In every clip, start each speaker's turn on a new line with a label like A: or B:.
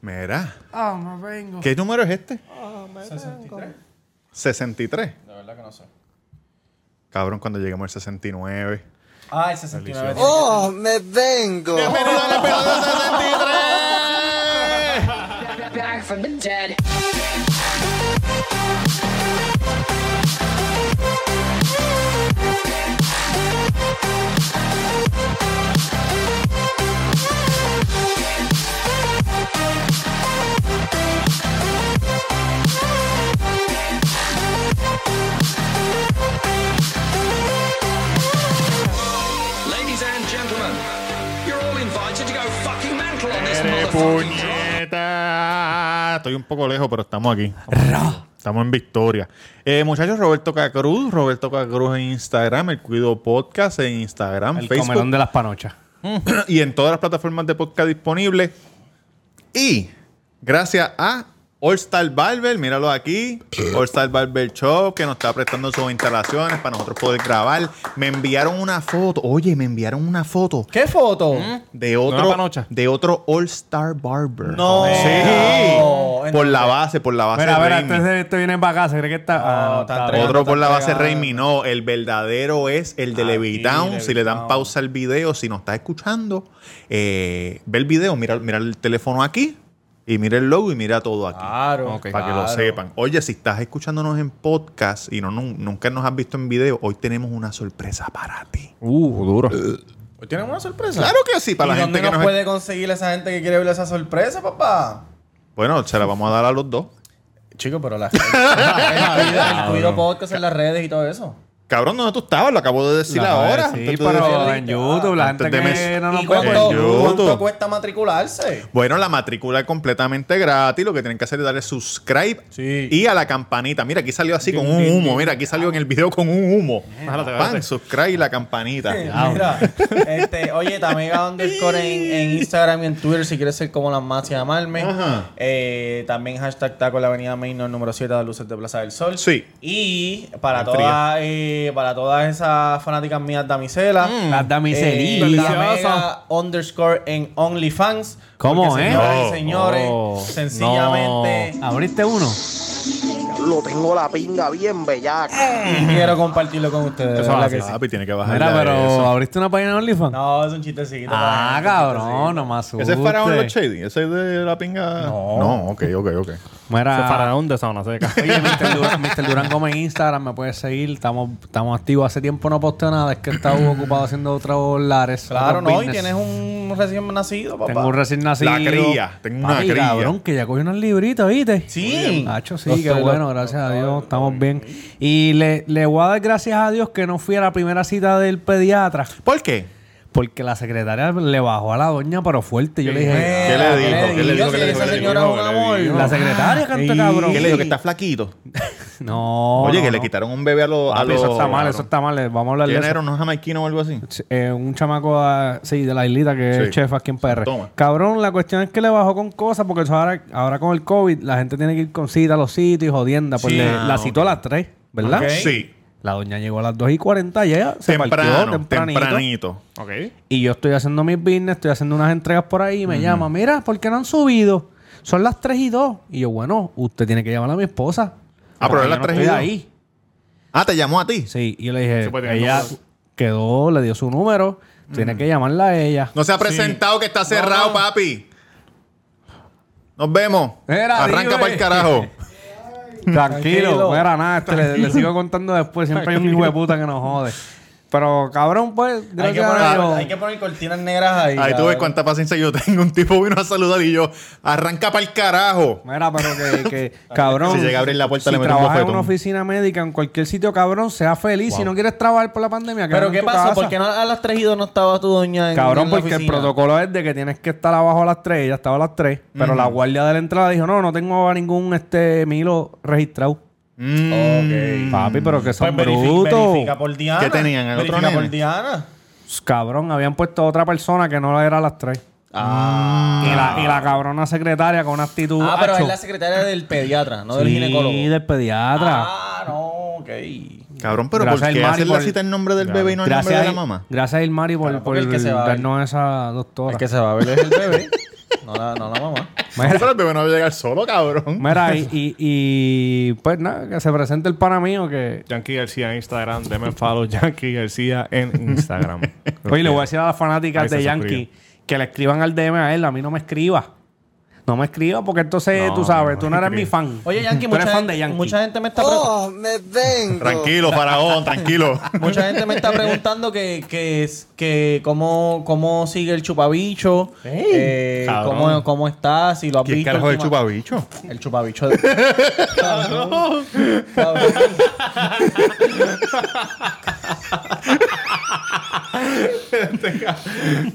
A: Mira,
B: Ah, me vengo.
A: ¿qué número es este?
C: 63.
A: 63.
C: De verdad que no sé.
A: Cabrón, cuando lleguemos al 69.
C: Ah, el 69.
D: ¡Oh, me vengo!
A: ¡Bienvenido al episodio 63!
E: Back from the dead.
F: Ladies and gentlemen, you're all invited to go fucking mental on this
A: ¡Eres
F: motherfucking time.
A: puñeta! Estoy un poco lejos, pero estamos aquí. Estamos en Victoria. Eh, muchachos, Roberto Cacruz, Roberto Cacruz en Instagram, el Cuido Podcast en Instagram,
G: El comelón
A: Facebook
G: de las panochas.
A: y en todas las plataformas de podcast disponibles. Y gracias a All Star Barber, míralo aquí, All Star Barber Shop, que nos está prestando sus instalaciones para nosotros poder grabar. Me enviaron una foto, oye, me enviaron una foto
G: ¿Qué foto?
A: de
G: ¿De una
A: otro,
G: panocha?
A: de otro All Star Barber.
C: No.
A: Sí.
C: No.
A: Por la base, por la base
G: Mira, mira,
A: Raimi.
G: este, se- este viene en vacaciones. ¿Cree que está? Ah,
C: no,
G: no,
C: está
G: está
C: entregado.
A: Otro por la
C: está
A: base
C: pegado.
A: Raimi. No, el verdadero es el de
C: Aquí,
A: Levitown. Si le dan
C: Levitown.
A: pausa al video, si no está escuchando, eh, ve el video, mira, mira el teléfono aquí y mira el logo y mira todo aquí.
C: Claro.
G: Ok.
A: Para que lo
C: claro.
A: sepan. Oye, si estás escuchándonos en podcast y no, nun- nunca nos has visto en video, hoy tenemos una sorpresa para ti.
G: Uh, duro.
C: Hoy tenemos una sorpresa.
A: Claro que sí,
C: ¿Y
A: para la
C: dónde
A: gente que
C: nos
A: nos...
C: puede conseguir esa gente que quiere ver esa sorpresa, papá?
A: Bueno, se la vamos a dar a los dos.
C: Chico, pero la gente. el Cuido Podcast en las redes y todo eso.
A: Cabrón, ¿dónde tú estabas? Lo acabo de decir
G: La-
A: ahora.
G: Sí,
A: Antes tú decías-
G: pero en YouTube, la
A: Antes
G: gente
A: de
G: que
A: mes-
G: no pues, nos
C: ¿Y
G: puede
C: cuánto,
A: en YouTube.
C: cuánto cuesta matricularse?
A: Bueno, la matrícula es completamente gratis. Lo que tienen que hacer es darle subscribe
C: Sí.
A: y a la campanita. Mira, aquí salió así con un humo. Mira, aquí salió en el video con un humo. Pan, subscribe y la
G: Ah,
A: campanita.
C: Eh, Mira, este, oye, Tamega underscore en, en Instagram y en Twitter si quieres ser como las más y amarme.
A: Ajá.
C: Eh, también hashtag taco en la avenida Main, no, número 7 de Luces de Plaza del Sol.
A: Sí.
C: Y para
A: En fría.
C: todas, eh, para todas esas fanáticas mías damiselas.
G: Mm, Las damiselillas.
C: eh,
G: Deliciosa.
C: Tamega underscore en OnlyFans.
G: ¿Cómo, eh?
C: Porque, Señoras
A: No.
C: y señores,
G: Oh,
C: sencillamente
G: no. ¿Abriste uno?
D: Lo tengo la pinga bien bellaca.
C: y quiero compartirlo con ustedes. de
G: Eso
C: verdad
G: hace,
C: que sí.
A: Papi, tiene que bajar.
G: Mira, pero ¿abriste una página de OnlyFans?
C: No, es un chistecito.
G: ah, cabrón, no me asustes.
A: Ese es Faraón Los Shady. Ese es de la pinga. No. ok, ok, ok.
G: Mira,
H: Se faraón de zona seca.
G: Oye, Mr. Durán, Mr. Durán Gómez en Instagram me puedes seguir. Estamos, estamos activos. Hace tiempo no posteo nada. Es que estaba ocupado haciendo otros lares.
C: Claro,
G: otros
C: no, y
G: business.
C: tienes un recién nacido, papá.
G: Tengo un recién nacido.
A: La cría, tengo una
G: Papi,
A: cría.
G: cabrón, que ya cogió unos libritos, ¿viste?
C: Sí.
G: Nacho, sí,
C: Los
G: qué
C: estoy-
G: bueno, gracias a Dios, estamos bien. Y le, le voy a dar gracias a Dios que no fui a la primera cita del pediatra,
A: ¿Por qué?
G: porque la secretaria le bajó a la doña, pero fuerte. Yo le dije,
A: ¿Qué le dijo? ¿Qué le dijo?
C: Sí,
A: ¿Qué le dijo?
C: esa
A: ¿Qué le
C: señora
A: dijo?
C: es un
A: ¿Qué le
C: amor.
A: dijo?
G: la secretaria canta, cabrón.
A: ¿Qué le digo? Que está flaquito.
G: No.
A: Oye,
G: no,
A: que le
G: no.
A: quitaron un bebé a los. a
G: Papi,
A: los-
G: eso está mal, eso está mal. Vamos a hablar de
A: ¿Quién
G: eso.
A: era? ¿No jamaiquino o algo así?
G: Eh, un chamaco ah, sí, de la islita que
A: Sí.
G: es chef aquí en PR.
A: Toma.
G: Cabrón, la cuestión es que le bajó con cosas porque eso ahora, ahora con el COVID la gente tiene que ir con cita a los sitios y jodienda. Pues
C: Sí.
G: le-
C: Ah,
G: la citó a las 3, ¿verdad?
C: Ok.
A: Sí.
G: La doña llegó a las 2 y 40 y ella se partió
A: Temprano,
G: tempranito.
A: tempranito.
H: ok.
G: Y yo estoy haciendo mis business, estoy haciendo unas entregas por ahí y me llama, mira, ¿por qué no han subido? Son las 3 y 2. Y yo, bueno, usted tiene que llamar a mi esposa.
A: Ah, pero
G: Porque
A: es las
G: yo no
A: 3 y
G: estoy
A: 2.
G: ahí.
A: Ah, te llamó a ti.
G: Sí, y yo le dije,
H: Sí, pues, tiene
G: ella
H: número.
G: quedó, le dio su número, tiene que llamarla a ella.
A: No se ha presentado que está cerrado, papi. Nos vemos.
G: Era,
A: Arranca
G: dime.
A: para el carajo.
G: Tranquilo, mira nada, este, le- Le, sigo contando después, siempre hay un hijo de puta que nos jode. Pero cabrón, pues,
C: Hay que,
G: gracias
C: poner,
G: a Dios.
C: hay que poner cortinas negras ahí.
A: Ahí tú
C: cabrón.
A: ves cuánta paciencia yo tengo. Un tipo vino a saludar y yo, arranca para el carajo.
G: Mira, pero que, que, cabrón.
A: Si llega a abrir la puerta,
G: si
A: le meto un
G: trabajas en
A: bofetón.
G: una oficina médica, en cualquier sitio, cabrón, sea feliz. Si no quieres trabajar por la pandemia, quédate
C: Pero ¿qué
G: en tu
C: pasó?
G: casa.
C: ¿Por qué no a las 3 y 2 no estaba tu doña en
G: Cabrón,
C: en la
G: porque el
C: oficina?
G: protocolo es de que tienes que estar abajo a las 3. Ella estaba a las 3. Pero la guardia de la entrada dijo: No, no tengo a ningún este Milo registrado.
C: Oh.
A: Mm.
G: Papi, pero que son
C: Pues verifi-
G: brutos.
C: verifica por Diana.
A: ¿Qué tenían? ¿El otro
C: Verifica
A: nene?
C: por Diana.
G: Pues, Cabrón, habían puesto otra persona que no era a las 3.
B: Ah.
G: Y, la, y la cabrona secretaria con una actitud.
C: Ah, pero
G: acho.
C: es la secretaria del pediatra, no del
G: Sí,
C: ginecólogo.
G: del pediatra.
C: Ah, no, ok.
A: Cabrón, pero
G: Gracias
A: ¿por
G: al
A: qué
G: Mari
A: hacer la
G: por-
A: cita en nombre del bebé y no en nombre
G: gracias,
A: de la
G: a-
A: mamá?
G: gracias a Ilmari por,
C: Claro,
G: por
C: porque el que se va a ver.
G: darnos esa doctora.
C: El que se va a ver es el bebé, no la, no la mamá.
G: Mira,
A: Pero el bebé no va a llegar solo, cabrón.
G: mira, y, y- y, pues nada, que se presente el pana mío que...
B: Yankee García en Instagram. Deme follow Yankee García en Instagram.
G: Oye, le voy a decir a las fanáticas
B: Ahí se
G: de
B: sufrió.
G: Yankee que le escriban al DM a él, a mí no me escriba. No me escriba porque entonces
B: No,
G: tú sabes,
B: no
G: tú no eres mi
B: escriba.
G: fan.
C: Oye, Yankee,
G: tú eres
C: mucha,
G: fan
C: gente,
G: de Yankee.
C: mucha gente me está preguntando.
A: Tranquilo, faraón, tranquilo.
C: Mucha gente me está preguntando que, que, es- que cómo, cómo sigue el chupabicho, eh,
A: Cabrón.
C: cómo, cómo está, si lo has
A: ¿Quién
C: visto.
A: carajo es el
C: última-
A: chupabicho?
C: El chupabicho. de- Cabrón. Cabrón.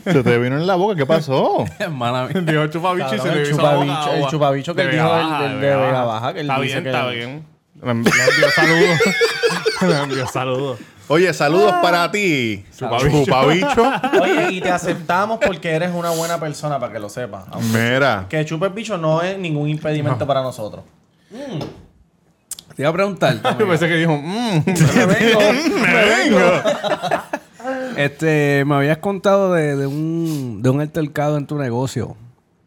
A: Se te vino en la boca, ¿qué pasó?
G: Mala mía.
B: Dijo chupabicho y se
C: Cabrón,
B: le
C: el
B: hizo la boca
C: chupabicho- el
B: agua.
C: chupabicho que
B: De
C: él dijo
B: Vega
C: del-
B: Baja,
C: del- de Vega Baja, que él
B: Está
C: dice
B: bien,
C: que-
B: está bien. Le envió saludos. Le envió saludos.
A: Oye, saludos para ti.
B: Chupabicho.
A: Chupabicho.
C: Oye, y te aceptamos porque eres una buena persona, para que lo sepas. Aunque
A: Mira.
C: Que chupe el bicho no es ningún impedimento para nosotros.
G: Te iba a preguntar.
B: Yo pensé que dijo, mmm.
A: Me vengo.
G: Este, me habías contado de, de un, de un altercado en tu negocio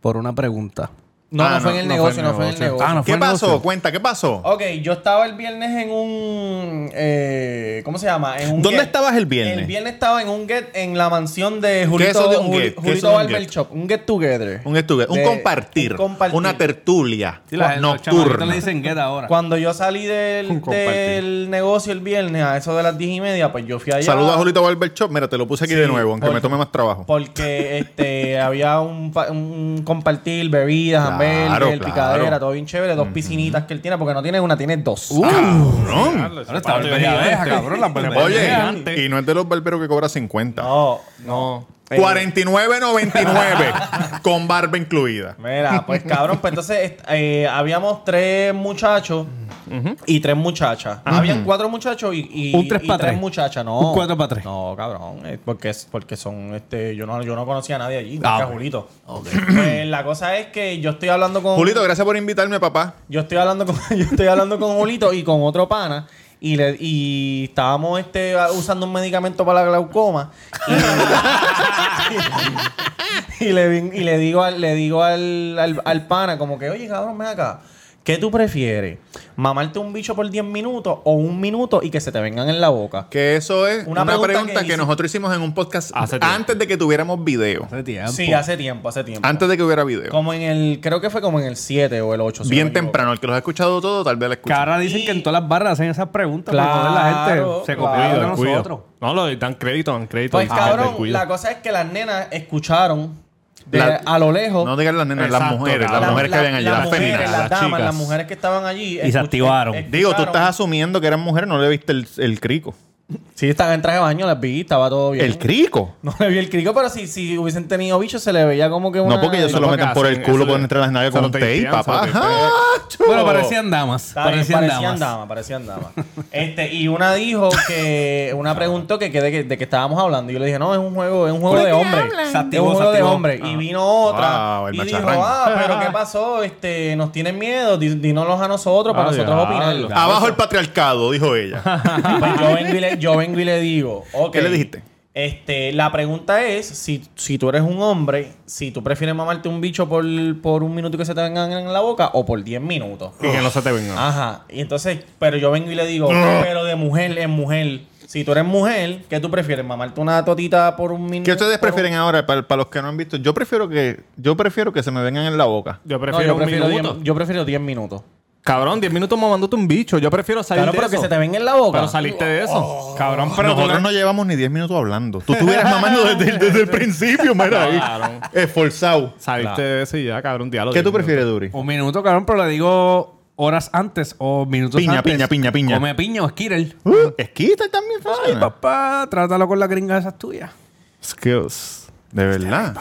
G: por una pregunta.
C: No,
A: Ah,
C: no fue en el negocio, no fue en el negocio.
G: Ah, no fue
A: ¿Qué
G: el
A: pasó?
G: negocio.
A: Cuenta, ¿qué pasó?
C: Ok, yo estaba el viernes en un. eh, ¿Cómo se llama? En un
A: ¿Dónde estabas el viernes?
C: El viernes estaba en un get en la mansión de Julito,
A: eso de un
C: Juli-
A: get? ¿Qué eso
C: Julito
A: de un
C: Barber
A: get?
C: Shop. Un get together.
A: Un estudio, un
C: De-
A: compartir,
C: un compartir.
A: una tertulia
G: Sí, la- los chamaquitos
A: nocturna.
G: le dicen get ahora.
C: Cuando yo salí del,
B: compartir.
C: del negocio el viernes a eso de las diez y media, pues yo fui allá.
A: Saludos a Julito Barber Shop. Mira, te lo puse aquí de nuevo, aunque
C: por-
A: me tome más trabajo.
C: Porque este, había un, pa- un compartir, bebidas,
A: Claro,
C: hamburguesas,
A: claro.
C: picadera, todo bien chévere, dos piscinitas que él tiene, porque no tiene una, tiene dos.
A: Uh. Ah,
G: Ah,
A: ¡Cabrón!
B: Ahora
G: está Barber Abeja, cabrón, la Barber
A: Oye, y no es de los barberos que cobra 50.
C: No, no. Eh,
A: 49.99 con barba incluida.
C: Mira, pues cabrón, pues entonces est- eh, habíamos tres muchachos y tres muchachas. Habían cuatro muchachos y, y-
G: Un tres
C: y
G: pa' tres.
C: muchachas, no.
G: Un cuatro pa' tres.
C: No, cabrón, eh, porque, es- porque son, este, yo no, yo no conocía a nadie allí,
G: Ah,
C: ah,
G: ok.
C: Julito. Pues, la cosa es que yo estoy hablando con...
A: Julito, gracias por invitarme, papá.
C: Yo estoy hablando con, yo estoy hablando con Julito y con otro pana. Y, le, y estábamos este, usando un medicamento para la glaucoma. Y, y le, vin- y le digo, al, le digo al, al, al pana como que, oye, cabrón, ven acá. ¿Qué tú prefieres? ¿Mamarte un bicho por 10 minutos o un minuto y que se te vengan en la boca?
A: Que eso es una,
C: Una
A: pregunta,
C: pregunta
A: que,
C: que hice-
A: nosotros hicimos en un podcast
B: Hace tiempo.
A: antes de que tuviéramos video.
G: Hace tiempo.
C: Sí, hace tiempo, hace tiempo.
A: Antes de que hubiera video.
C: Como en el, creo que fue como en el 7 o el 8. si no
A: Bien
C: me equivoco.
A: temprano. El que los ha escuchado todo, tal vez la
G: Que
A: escucha.
G: ahora dicen que en todas las barras hacen esas preguntas
C: Claro,
G: para joder la gente. Se
C: claro.
G: copian de
B: Cuido, cuido.
G: nosotros.
B: No, lo dan crédito, dan crédito.
C: Pues
A: Ah,
B: dan crédito,
C: cabrón,
B: cuido.
C: la cosa es que las nenas escucharon de-
A: La-
C: a lo lejos.
A: No digan las nenas, las
B: Exacto,
A: mujeres.
B: cabrón.
A: Las mujeres que habían allá. Las,
C: Las mujeres,
A: féminas.
C: las
B: las
C: damas,
B: chicas.
C: las mujeres que estaban allí.
G: Y se
C: escuch-
G: activaron.
C: escucharon.
A: Digo, tú estás asumiendo que eran mujeres, no le viste el, el crico.
C: Sí, estaban en traje de baño, las vi, estaba todo bien.
A: ¿El crico?
C: No le vi el crico, pero si, si hubiesen tenido bichos se le veía como que una...
A: no, porque ellos se lo
B: porque
A: meten por el
B: hacen-
A: culo,
B: eso
A: por
B: le-
A: entre las nalgas
B: se
A: con
B: lo
A: un tape,
B: tapean, se lo
A: papá.
B: tapean.
A: Ah, chu-
G: Bueno, parecían damas.
C: Está bien,
G: Parecían, damas.
C: parecían damas. Este, y una dijo que... Una preguntó que, que de, que de que estábamos hablando. Y yo le dije, no, es un juego, es un juego de hombres.
G: Se
C: Es un
G: activó,
C: juego
G: se
C: de
G: activó. Ah.
C: hombres. Y vino otra
A: Wow, el
C: y dijo,
A: macharrán.
C: ah, pero ¿qué pasó? Este, nos tienen miedo, di- dínoslos a nosotros para
B: Ah,
C: nosotros
B: diablo.
C: opinarlo.
A: Abajo el patriarcado, dijo ella.
C: Pues yo, vengo y le, yo vengo y le digo. ok,
A: ¿Qué le dijiste?
C: Este, la pregunta es: si, si tú eres un hombre, si tú prefieres mamarte un bicho por, por un minuto y que se te vengan en la boca o por 10 minutos.
B: Y que no se te venga.
C: Ajá. Y entonces, pero yo vengo y le digo, pero de mujer en mujer. Si tú eres mujer, ¿qué tú prefieres? ¿Mamarte una totita por un minuto?
A: ¿Qué ustedes
C: por un-
A: prefieren ahora? Para, para los que no han visto, yo prefiero que yo prefiero que se me vengan en la boca.
B: Yo
C: No,
B: prefiero
C: yo
B: un
C: prefiero,
B: minuto.
C: 10, yo prefiero 10 minutos.
B: Cabrón, 10 minutos mamándote un bicho. Yo prefiero salir
C: Claro,
B: de
C: pero que
B: eso.
C: se te venga Oh. en la boca.
B: Pero salirte de eso. Cabrón, pero tú
A: Nosotros no llevamos ni 10 minutos hablando. Tú estuvieras mamando desde, el- desde el principio, mira ahí.
B: Claro.
A: Esforzado.
B: Salirte de eso y ya, cabrón, diálogo.
A: ¿Qué tú prefieres, Duri?
G: Un minuto, cabrón, pero le digo horas antes o minutos
A: Piña,
G: antes.
A: piña, piña, piña.
G: Come piña o skitter.
A: Uh, esquita también Ah.
G: Ay,
A: funciona.
G: papá, trátalo con la gringa esas tuyas.
A: Skills. De verdad.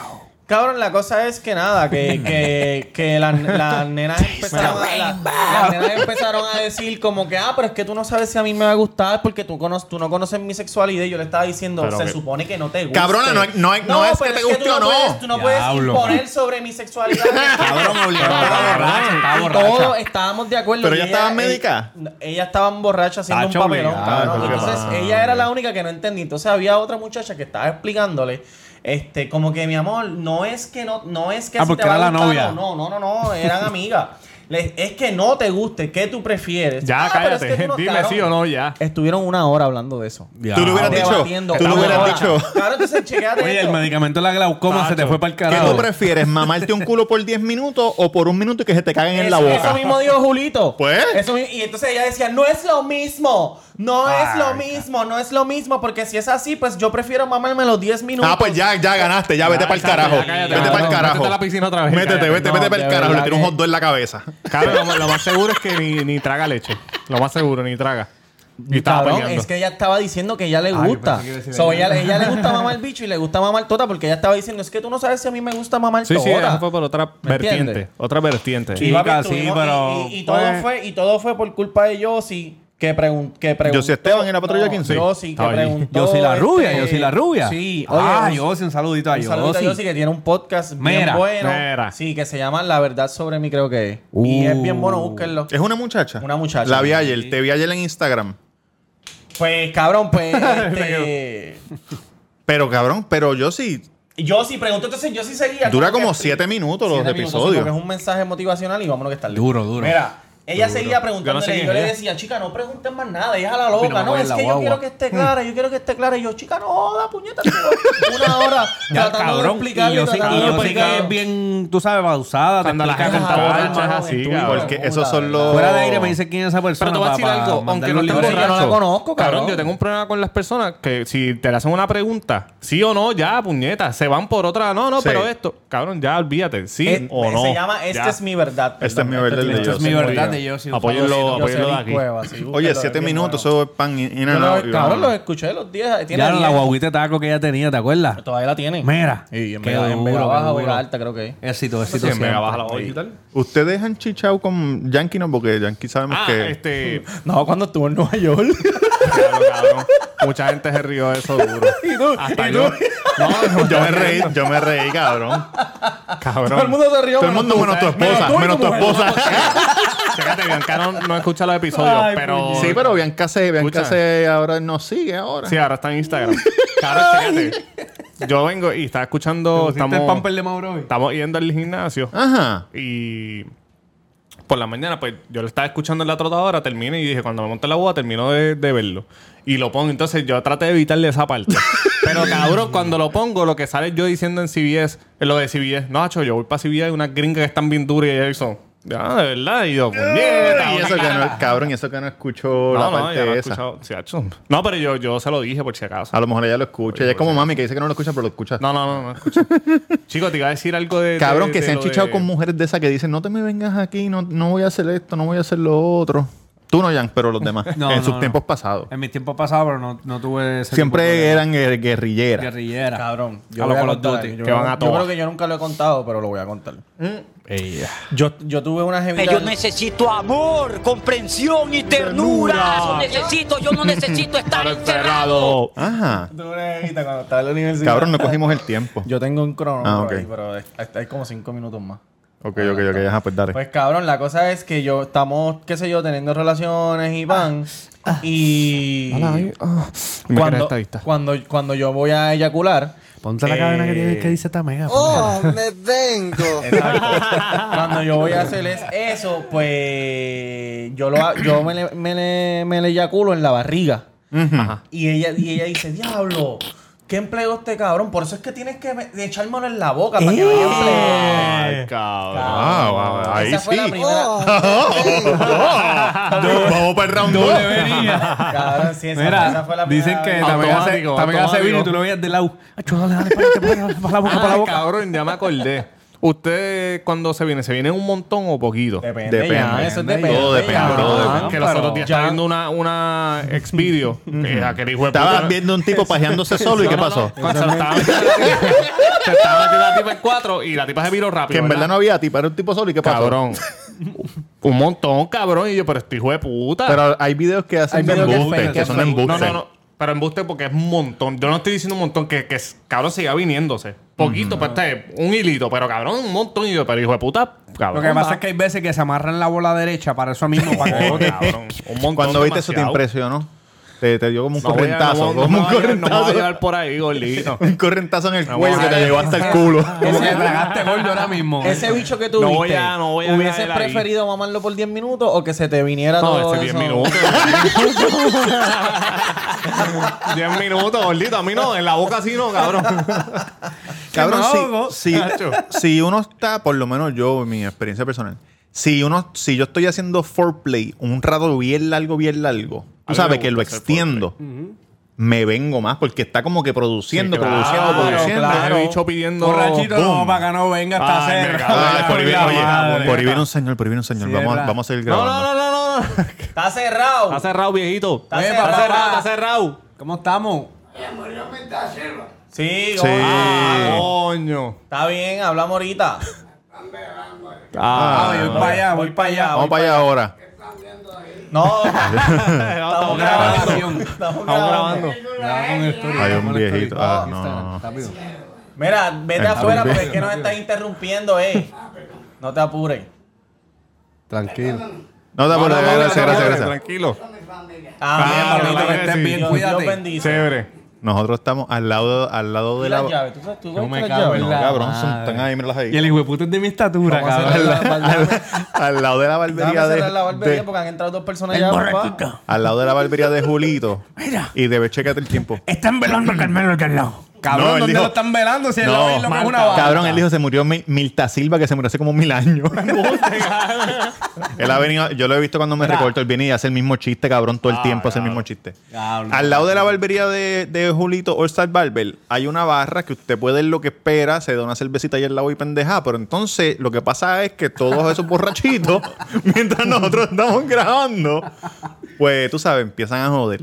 C: Cabrón, la cosa es que nada, que, que, que las, las nenas
A: Pues
C: empezaron a, las- las nenas empezaron a decir como que, ah, pero es que tú no sabes si a mí me va a gustar porque tú, cono- tú no conoces mi sexualidad. Y yo le estaba diciendo,
B: Pero
C: se
B: que-
C: supone que no te gusta.
A: Cabrona, no hay- no hay- no es que te guste o no.
C: Puedes, tú no
G: Diablo.
C: puedes imponer sobre mi sexualidad.
G: Cabrón, obligado.
C: Estaba borracha, estaba borracha. Todos estábamos de acuerdo.
A: Pero
C: y
A: ella estaba médica.
C: Ella, ella estaba borracha haciendo
G: Tacho,
C: un papelón,
G: obligado,
C: cabrón.
A: porque-
C: Entonces, ella era la única que no entendía. Entonces, había otra muchacha que estaba explicándole Este, como que mi amor, no es que no, no es que
G: Ah,
C: si
G: porque
C: te va
G: era
C: a
G: la
C: gustar
G: novia.
C: o No, no, no, no, eran amigas. Les- es que no te guste, ¿qué tú prefieres?
B: Ya,
C: Ah, pero es
B: cállate.
C: que tú no-
B: Dime
C: claro.
B: sí o no, ya.
C: Estuvieron una hora hablando de eso.
A: Tú le hubieras dicho.
C: Debatiendo.
A: Tú le
C: Estamos
A: hubieras
C: ahora.
A: dicho.
C: Claro, entonces chequeate
G: Oye, el
C: esto.
G: medicamento de la glaucoma se te
B: Tacho.
G: fue para el
A: ¿Qué
G: carajo.
A: tú prefieres? ¿Mamarte un culo por 10 minutos o por un minuto y que se te caguen en la
C: Eso-
A: boca?
C: Eso mismo dijo Julito.
A: Pues.
C: Eso mi- y entonces ella decía, no es lo mismo, no es lo
B: Ay,
C: mismo, no es lo mismo, porque si es así, pues yo prefiero mamarme los 10 minutos.
A: Ah, pues ya, ya ganaste, ya vete para el
B: cállate,
A: carajo.
B: ya, cállate,
A: vete para el
B: cabrón,
A: carajo.
B: métete a la piscina otra vez,
A: Métete,
B: cállate.
A: vete,
C: No,
A: vete para
C: de
A: el carajo. Le
C: verdad
A: tiro un
C: que-
A: hot dog en la cabeza.
B: Claro, lo, lo más seguro es que ni, ni traga leche. Lo más seguro, ni traga. Y estaba
C: Cabrón,
B: peleando.
C: es que ella estaba diciendo que ella le
G: Ay,
C: gusta.
G: pensé que iba a decir
C: So,
G: ella.
C: ella, ella le gusta mamar el bicho y le gusta mamar tota porque ella estaba diciendo, es que tú no sabes si a mí me gusta mamar
B: Sí,
C: tota.
B: sí, eso fue por otra
C: ¿Me
B: vertiente.
C: entiendes?
B: Otra vertiente.
C: Y, papi,
G: Chica, sí,
C: estuvimos-
G: pero,
C: y- y- y todo
G: pues-
C: fue, y todo fue por culpa de Yossi que, pregun- que preguntó.
A: Yossi Esteban en la patrulla
C: No,
A: 15.
C: Yossi que
B: Estaba allí.
C: preguntó.
G: Yo soy la rubia,
C: este,
G: yo soy la rubia.
C: Sí.
G: ah,
C: oye,
G: yo sí, un saludito a
C: Un saludo a
G: yo.
C: Yossi que tiene un podcast bien
G: Mira,
C: bueno.
B: mira.
C: Sí, que se llama La Verdad sobre mí, creo que es. Y
G: Uh.
C: es bien bueno, búsquenlo.
A: ¿Es una muchacha?
C: Una muchacha.
A: La vi ayer, te vi ayer en Instagram.
C: Pues, cabrón, pues. este,
A: Pero cabrón, pero yo sí.
C: Yossi preguntó, entonces Yossi seguía.
A: Dura como
C: siete
A: 7 minutos los
C: Siete minutos, sí,
A: episodios.
C: Porque es un mensaje motivacional y vámonos que está
G: Duro, duro.
C: Mira, ella
B: Duro.
C: seguía
B: Yo no
C: preguntándole
B: sé
C: y
B: quién
C: yo le
B: es.
C: decía, chica, no preguntes más nada. Ella es a la
G: Uy, no me
C: loca. No,
G: voy en
C: es
G: la
C: que yo
G: guagua.
C: quiero que esté clara, yo quiero que esté clara. Y yo, chica, no, da puñeta. tío". Una hora
G: Ya,
C: tratando de
G: cabrón. Y
C: explicarle.
G: yo sé
C: tratando
G: y
C: de
G: yo sé que
C: explicarle.
G: es bien, tú sabes, pausada. te
B: Cuando la
G: explica
B: gente
G: con
B: está
G: calma.
B: borracha, es así,
C: Juventud,
B: cabrón.
A: Porque
C: puta,
A: esos son
C: ¿verdad?
A: los.
G: Fuera de aire me dice quién es esa persona.
B: Pero te voy a decir
G: pa- pa
B: algo, aunque
G: mandarle
B: no
G: un
B: esté
C: libro.
G: libreto.
B: borracho.
C: Yo no la conozco, cabrón.
B: Yo tengo un problema con las personas que si te le hacen una pregunta, sí o no, ya, puñeta, se van por otra. No, no,
A: Sí.
B: pero esto, cabrón, ya olvídate, sí
C: Eh,
B: o no.
C: Se llama Esta
B: ya.
C: es mi verdad. Este
A: Esta es mi verdad de
G: Esto Este es
A: Yossi.
G: mi verdad de yo.
C: Yo
B: Apóyenlo,
C: sé
B: apóyenlo de
C: Luis
B: aquí.
C: Cuevas, sí, búsquelo,
A: Oye,
C: es
A: 7
C: bien
A: minutos,
C: bueno.
A: eso es pan in, in
C: Yo
A: and out,
C: los-
A: y
C: Cabrón, los
A: vámonos.
C: escuché los 10. tiene
G: Ya la
C: 10.
G: guaguita de taco que ella tenía, ¿te acuerdas?
C: Todavía la tiene.
G: Mira.
C: Y en
G: Qué
C: Vega- en Vega
G: duro,
C: Baja
G: qué
C: o Vega
G: duro.
C: Alta, creo que es.
G: Éxito, éxito.
B: Sí, en Vega
G: siempre.
B: baja la voz y tal.
A: Ustedes han chichado con Yankee, no, porque Yankee sabemos
B: Ah,
A: que.
B: este.
C: No, cuando estuvo en Nueva York.
B: Claro, cabrón. Mucha gente se rió de eso duro. ¿Y tú? Hasta yo. No,
A: Yo me reí, yo me reí, cabrón.
B: cabrón.
C: Todo el mundo se rió.
A: Todo el mundo menos tu esposa, menos tu esposa.
B: Fíjate, Bianca no, no escucha los episodios,
C: Ay,
B: pero.
A: Sí, pero Bianca se, Bianca
B: Escucha.
A: se ahora nos sigue ahora.
B: Sí, ahora está en Instagram. Claro, fíjate. Yo vengo y estaba escuchando.
G: ¿Pusiste el
B: Estamos,
G: pamper de Mauro hoy?
B: estamos yendo al gimnasio.
A: Ajá.
B: Y por la mañana, pues yo lo estaba escuchando en la trotadora, terminé y dije, cuando me monte la boda, termino de, de verlo. Y lo pongo, entonces yo traté de evitarle esa parte. Pero cabrón, cuando lo pongo, lo que sale yo diciendo en CBS, es eh, lo de CBS, no, Nacho, yo voy para CBS y unas gringas que están bien duras y ellos son, ah, de verdad, y yo, puñeta,
A: Y eso que no, cabrón, y eso que no escuchó la
B: No, no,
A: parte
B: ya lo he
A: esa.
B: escuchado. Sí, Nacho. No, pero yo, yo se lo dije por si acaso.
A: A lo mejor ella lo escucha. Ella es como mami que dice que no lo escucha, pero lo escucha.
B: No, no, no, no escucha. Chico, te iba a decir algo de.
A: Cabrón,
B: de-
A: que
B: de
A: se han
B: lo
A: chichado
B: de-
A: con mujeres de esas que dicen, no te me vengas aquí, no, no voy a hacer esto, no voy a hacer lo otro. Tú no, Jan, pero los demás.
G: No,
A: en
G: no,
A: sus
G: no.
A: tiempos pasados.
G: En mis tiempos pasados, pero no, no tuve ese tipo de
A: Siempre eran eh, guerrilleras.
G: guerrillera.
C: Cabrón.
G: A
C: voy
G: los
C: a
G: Call of
C: contar,
G: Duty,
C: yo-
B: que van a
C: Yo
B: todas.
C: creo que yo nunca lo he contado, pero lo voy a contar.
A: Ella.
B: ah,
C: Yo, yo tuve una jevita.
H: Yo necesito amor, comprensión y ternura. Eso necesito, yo no necesito estar encerrado.
B: Oh.
A: Ajá.
C: Tuve una jevita cuando estaba en la universidad.
A: Cabrón, no cogimos el tiempo.
C: Yo tengo un cronómetro
A: Ah, ok.
C: ahí, pero es- hay, hay como cinco minutos más.
A: Ok, ok, ok. Ajá, pues dale.
C: Pues cabrón, la cosa es que yo estamos, qué sé yo, teniendo relaciones y van. y
B: Me quedé
C: cuando,
B: esta vista.
C: cuando, cuando yo voy a eyacular.
G: Ponte la
C: eh,
G: cadena que, tiene, que dice esta mega. ponte la-
D: me tengo.
C: Exacto. Cuando yo voy a hacerles eso, pues yo lo ha- yo me le, me le- me le eyaculo en la barriga.
B: Ajá.
C: Y ella, y ella dice, diablo, ¿qué empleo este cabrón? Por eso es que tienes que me- echármelo en la boca para que vaya a
B: Ay, cabrón.
A: Ah, wow, wow, Eh. ahí
C: Esa fue la
A: sí. Oh.
C: primera.
A: Vamos para el round
G: Doble
A: 2.
G: venía.
C: Cabrón, sí, esa,
G: Mira,
C: esa fue la primera
G: dicen que
C: vez.
G: también hace,
B: Automático,
G: también hace vino y tú lo veías de lado. Ay, chulo, dale, dale, párate, párate, para la boca, para la
B: Ah,
G: boca.
B: cabrón, ya me acordé. ¿Usted cuando se viene? ¿Se viene un montón o poquito?
C: Depende,
A: Depende.
C: ya, eso depende.
A: Todo depende,
C: ya.
A: todo depende.
B: que los otros días estaba
C: Ya-
B: viendo una, una ex video. que aquel hijo de puta-
A: Estabas viendo un tipo pajeándose solo y ¿qué
B: No, no,
A: pasó?
B: no, cuando se lo estaba metiendo la tipa- se estaba metiendo la tipa en cuatro y la tipa se viró rápido.
A: Que en verdad no había tipo, era un tipo solo y ¿qué pasó?
B: Cabrón. un montón, cabrón. Y yo, pero este hijo de puta.
A: Pero hay videos que hacen
C: Hay
A: de
C: videos que
A: embuste, que,
C: fake, que
A: son de
C: fake.
A: embuste.
B: No, no, no. Pero embuste porque es un montón. Yo no estoy diciendo un montón, que, que es- cabrón siga viniéndose. Poquito, pues, este, un hilito, pero cabrón, un montón. Y yo, pero hijo de puta,
G: Lo
B: cabrón.
G: que pasa es que hay veces que se amarran la bola derecha para eso mismo, para que
B: Oh, cabrón, un montón
A: Cuando viste eso te
B: demasiado.
A: impresionó. Te, te dio como un
B: No voy a-
A: correntazo.
B: no voy-
A: como
B: no
A: un
B: voy a- No voy a
A: correntazo.
B: llevar por ahí, gordito.
A: Un correntazo en el
B: No
A: cuello
B: voy
A: que
B: a-
A: te llegó hasta el culo.
G: Como que tragaste gordo ahora mismo.
C: Ese bicho que tú
B: No
C: viste,
B: voy a- no voy a
C: ¿hubieses
B: caer ahí.
C: preferido mamarlo por 10 minutos o que se te viniera
B: No,
C: todo
B: este 10
C: eso?
B: minutos. 10 minutos, gordito. A mí no, en la boca sí no, cabrón.
A: Cabrón,
B: me
A: si-
B: ahogo.
A: si,
B: Nacho.
A: si uno está, por lo menos yo, en mi experiencia personal, si uno, si yo estoy haciendo foreplay un rato bien largo, bien largo,
B: A mí
A: tú sabes
B: me
A: que lo
B: gusta hacer
A: extiendo, me vengo más porque está como que produciendo,
B: Sí, claro,
G: Ah,
A: produciendo, produciendo.
B: Claro.
C: Claro.
B: He bicho pidiendo.
G: Borrachito,
A: Boom.
G: no, para que no venga hasta
B: Ay, me
G: hacer.
B: cago en
A: Ah,
B: Ah,
A: por bien,
B: la
A: oye,
B: madre.
A: por bien un señor, por bien un señor.
G: Sí,
A: vamos,
G: es
A: a- vamos a seguir
B: No,
A: grabando.
B: no, no, no, no.
C: Está cerrado.
B: Está cerrado, viejito.
C: Está
B: Eh,
C: cerrado.
B: Está cerrado, está cerrado.
G: ¿Cómo estamos?
C: Sí,
A: Sí.
C: como- Ah, no.
B: Coño.
C: está bien, hablamos ahorita.
G: Ah, voy para allá, voy para allá.
A: Vamos para allá ahora.
C: No, estamos
B: Estamos
C: grabando.
G: Grabación.
C: Estamos grabando.
B: grabando.
G: Graba con el story,
A: Hay
G: graba
A: un
G: con el story.
A: viejito. Ah, no,
G: Instagram,
A: no, no.
G: rápido.
C: Mira, vete
A: Está
C: afuera
A: bien.
C: porque es que nos estás interrumpiendo, eh. No te apures.
G: Tranquilo.
A: No, no, por
B: Vamos, vamos,
A: gracias, gracias,
B: vamos,
A: gracias.
B: Tranquilo.
C: Ah,
G: papito,
B: claro
G: que
B: que
G: estés
B: sí.
G: bien,
C: Dios, Dios
G: cuídate.
C: bendice.
B: Chévere.
A: Nosotros estamos al lado, al lado de
C: ¿Y las
A: la.
C: llaves? ¿Tú sabes tú
G: Yo
C: vas
G: me
C: con las
G: cago en
C: llaves?
A: No,
G: La
A: cabrón, son-
G: madre.
A: están ahí, míralas ahí.
G: Y el hijueputo es de mi estatura,
C: Vamos a
G: cabrón.
C: hacer la-
A: al, al lado de la barbería
C: Déjame
A: de,
C: cerrar la barbería
A: de-
C: porque han entrado dos personas ya, papá.
A: al lado de la barbería de Julito
I: Mira.
A: y debe checarte el tiempo.
I: Están velando a Carmelo allá al lado.
A: No, él
G: Cabrón, ¿dónde
A: dijo-
G: lo están velando? Si el
A: No,
G: lobby lo que es una
I: Marta,
G: vaca.
A: Cabrón, él dijo se murió Mi- Milta Silva que se murió hace como mil años. él ha venido, yo lo he visto cuando me recorto, él viene y hace el mismo chiste, cabrón,
G: Ah,
A: todo el tiempo hace el mismo chiste.
G: Cabrón.
A: Al lado de la barbería de, de Julito All Star Barber hay una barra que usted puede ir lo que espera, se da una cervecita ahí al lado y pendeja, pero entonces lo que pasa es que todos esos borrachitos, mientras nosotros estamos grabando, pues tú sabes, empiezan a joder.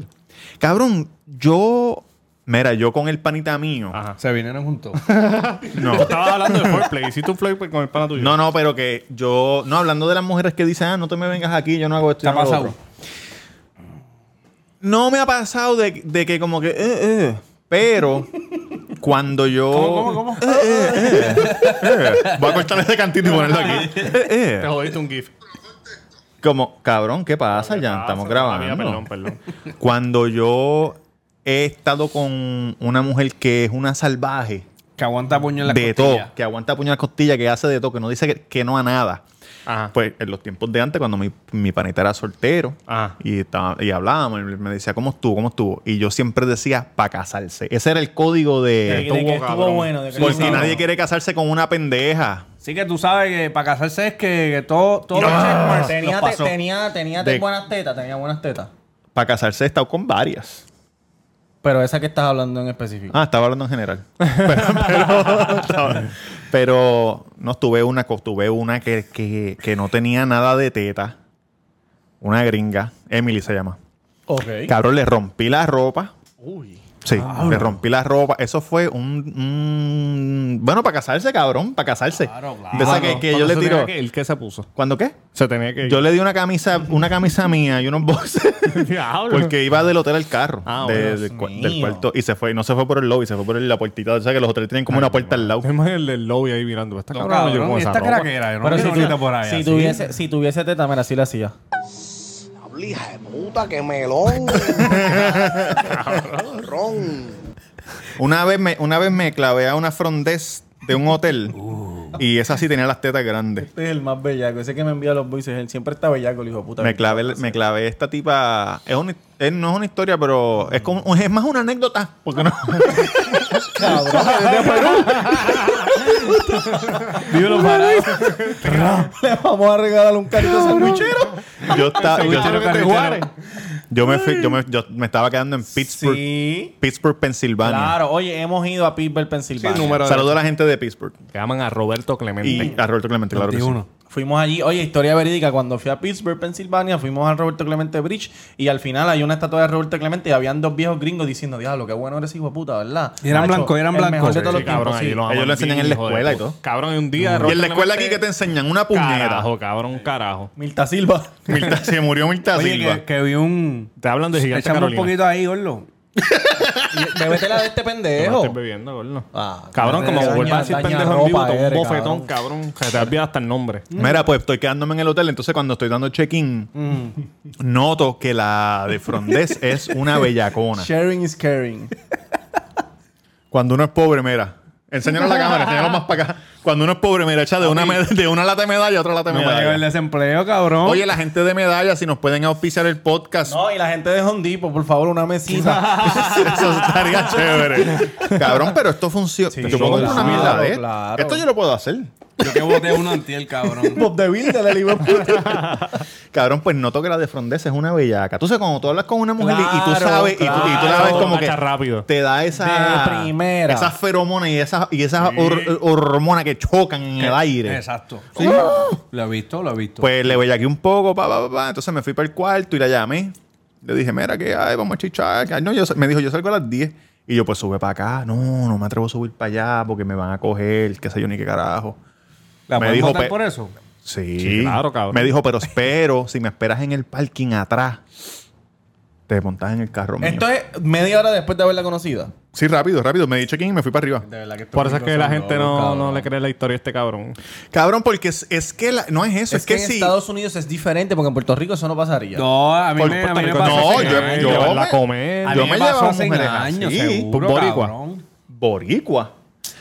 A: Cabrón, yo, mira, yo con el panita mío,
G: Se vinieron juntos.
A: no.
B: Estabas hablando de foreplay. Hiciste un foreplay con el pana tuyo.
A: No, no, pero que yo, no, hablando de las mujeres que dicen, ah, no te me vengas aquí, yo no hago esto.
G: ¿Te
A: yo
G: ha
A: no hago
G: pasado?
A: otro". No me ha pasado de, de que como que, eh, eh, pero cuando yo... eh,
G: ¿Cómo, cómo, cómo?
A: Voy a cortar ese cantito y ponerlo aquí. Eh, eh.
B: Te jodiste un GIF.
A: Como, cabrón, ¿qué pasa?
B: Ah,
A: ya estamos grabando.
B: Todavía, Perdón, perdón.
A: Cuando yo he estado con una mujer que es una salvaje,
G: Que aguanta puño en la
A: de
G: costilla.
A: todo, que aguanta puño en la costilla, que hace de todo, que no dice que, que no a nada.
B: Ajá.
A: Pues en los tiempos de antes, cuando mi, mi panita era soltero
B: Ajá.
A: y, estaba, y hablábamos, él me decía, ¿cómo estuvo? ¿Cómo estuvo? Y yo siempre decía, para casarse. Ese era el código
C: De,
A: de...
C: de que estuvo
B: cabrón.
C: bueno. De que
A: Porque
C: estuvo
A: nadie
C: bueno.
A: quiere casarse con una pendeja.
G: Sí que tú sabes que para casarse es que, que todo, todo los checkmarks
C: Tenía,
G: los
C: te-
G: pasó.
C: tenía, tenía
A: De-
C: buenas tetas, tenía buenas tetas.
A: Para casarse he estado con varias.
C: Pero esa que estás hablando en específico.
A: Ah, estaba hablando en general. Pero, pero- estaba- pero no tuve una, co- tuve una que, que, que no tenía nada de teta. Una gringa. Emily se llama.
C: Ok.
A: Cabrón, le rompí la ropa. Sí, le rompí la ropa. Eso fue un. un- bueno, para casarse, cabrón, para casarse. De Pues esa que, que yo le tiro.
B: ¿El qué se puso?
A: ¿Cuándo qué?
B: Se tenía que ir.
A: Yo le di una camisa, una camisa mía y unos boxes.
B: Diablo.
A: Porque iba del hotel al carro.
B: Ah,
A: de-
B: bueno,
A: del,
C: Dios
A: cua-
C: mío.
A: del cuarto. Y se fue. Y no se fue por el lobby, se fue por la puertita. O sea que los hoteles tienen como una puerta al lado.
B: Es más el del lobby ahí mirando. Esta
G: No,
B: cabrón, me llegó
G: cabrón,
B: con
G: y
B: esa
G: esta
B: ropa.
G: craquera. Yo no
C: Pero si,
G: quiero ahorita
C: tu-
G: por ahí.
C: si
G: así.
C: tuviese, si tuviese teta, mira, sí la hacía.
D: Diablo, hija de puta, que melón. Ron.
A: Una vez me, una vez me clavé a una frondez de un hotel.
B: Uh.
A: Y esa sí tenía las tetas grandes.
C: Este es el más bellaco. Ese que me envía los voices. Él siempre está bellaco, el hijo de puta.
A: Me clavé, me clavé esta tipa. Es una- es- no es una historia, pero es, como- es más una anécdota. Porque no.
C: Cabrón.
B: Dímelo para.
C: Le vamos a regalar un carrito sandwichero.
A: yo, estaba- yo,
B: Seguro que te jugaron.
A: yo me fui- yo me, yo me estaba quedando en Pittsburgh,
C: Sí.
A: Pittsburgh, Pensilvania.
C: Claro. Oye, hemos ido a Pittsburgh, Pensilvania.
B: número
A: Saludo a la gente de Pittsburgh.
B: Que llaman a Roberto
A: Y
B: Clemente.
A: a Roberto Clemente, claro que sí.
G: 21.
C: Fuimos allí, oye, historia verídica, cuando fui a Pittsburgh, Pensilvania, fuimos al Roberto Clemente Bridge y al final hay una estatua de Roberto Clemente y habían dos viejos gringos diciendo, diablo, qué bueno eres hijo de puta, ¿verdad?
G: Y eran blancos, y eran
C: el
G: blancos.
C: mejor de todos
B: Sí,
C: los tiempos, sí.
B: allí
A: Ellos
B: aman
A: lo enseñan en la
B: hijo de
A: escuela y
B: puta.
A: todo.
B: Cabrón, y un día.
A: Y
B: Roberto
A: en la escuela aquí
B: Clemente-
A: que te enseñan una puñeta.
B: Carajo, cabrón, un carajo.
C: Milta Silva.
A: Mirta- se murió Mirta
G: Oye,
A: Silva.
G: que, que vi un...
B: Te hablan de gigante
G: Echamos un
B: Carolina.
G: poquito ahí, Orlo.
C: Bébetela de este
B: No
C: pendejo.
B: estés bebiendo, gordo.
C: Ah,
B: cabrón, como
C: daña-
B: vuelvas a decir
C: daña
B: pendejo en vivo,
C: ropa
B: te doy un
C: eres,
B: bofetón, cabrón. Que te olvidas hasta el nombre.
A: Mira, pues estoy quedándome en el hotel, entonces cuando estoy dando check-in, noto que la de Frondez es una bellacona.
C: Sharing is caring.
A: Cuando uno es pobre, mira. Enséñalo a la cámara, enséñalo más para acá. Cuando uno es pobre, mira, echa de una, med- de una lata de medalla a otra lata de
G: No me llegó el
A: medalla.
G: desempleo, cabrón.
A: Oye, la gente de medalla, si nos pueden auspiciar el podcast,
C: No, y la gente de Hondipo, por favor, una mesita.
A: eso estaría chévere. Cabrón, pero esto funciona. Te puedo comprar una
C: claro,
A: mierda de esto.
C: claro.
A: Esto yo lo puedo hacer.
J: Yo que boté uno ante el cabrón.
C: Bob de Bill de la Liga
A: Cabrón, pues noto que la de Frondez es una bellaca. Tú sabes, cuando tú hablas con una mujer y- y tú
C: Claro,
A: sabes, y tú- y, tú, la ves
B: claro,
A: como que
B: macha rápido.
A: te da esa
C: De primera.
A: esas feromonas y esas y esas hor- hormonas que chocan en el aire.
J: Exacto. Sí. Lo he visto, lo he visto.
A: Pues le bellaqué un poco, pa, pa, pa, pa. Entonces me fui para el cuarto y la llamé. Le dije, mira, que ay, vamos a chichar. que- ay, no, yo sa- me dijo, yo salgo a las 10. Y yo, pues sube para acá. No, no me atrevo a subir para allá porque me van a coger, qué sé yo, ni qué carajo.
G: ¿La
A: me
G: pueden
A: dijo,
G: votar
A: pe-
G: por eso?
A: Sí.
B: Sí, claro, cabrón.
A: Me dijo, pero espero, si me esperas en el parking atrás, te montas en el carro mío.
C: Esto es media hora después de haberla conocido.
A: Sí, rápido, rápido. Me di check-in y me fui para arriba.
J: De verdad que estos
B: Por eso es
J: gringos
B: que la
J: son
B: gente
J: locos,
B: no,
J: cabrón.
B: no le cree la historia a este cabrón.
A: Cabrón, porque es, es que la- no es eso,
C: Es,
A: es,
C: que,
A: que,
C: en
A: sí.
C: Estados Unidos es diferente, porque en Puerto Rico eso no pasaría.
G: No, a mí
A: Por-
G: me, a
A: Puerto
G: mí me
A: Rico-
G: pasó
A: no,
G: hace
A: yo-
G: años.
A: yo-
B: Llevarla a
A: me-
B: comer.
G: A
A: yo
G: mí
A: me
G: me pasó
A: llevaba
G: hace
A: mujeres
G: años,
A: así,
G: seguro,
A: boricua.
G: cabrón.
A: Boricua.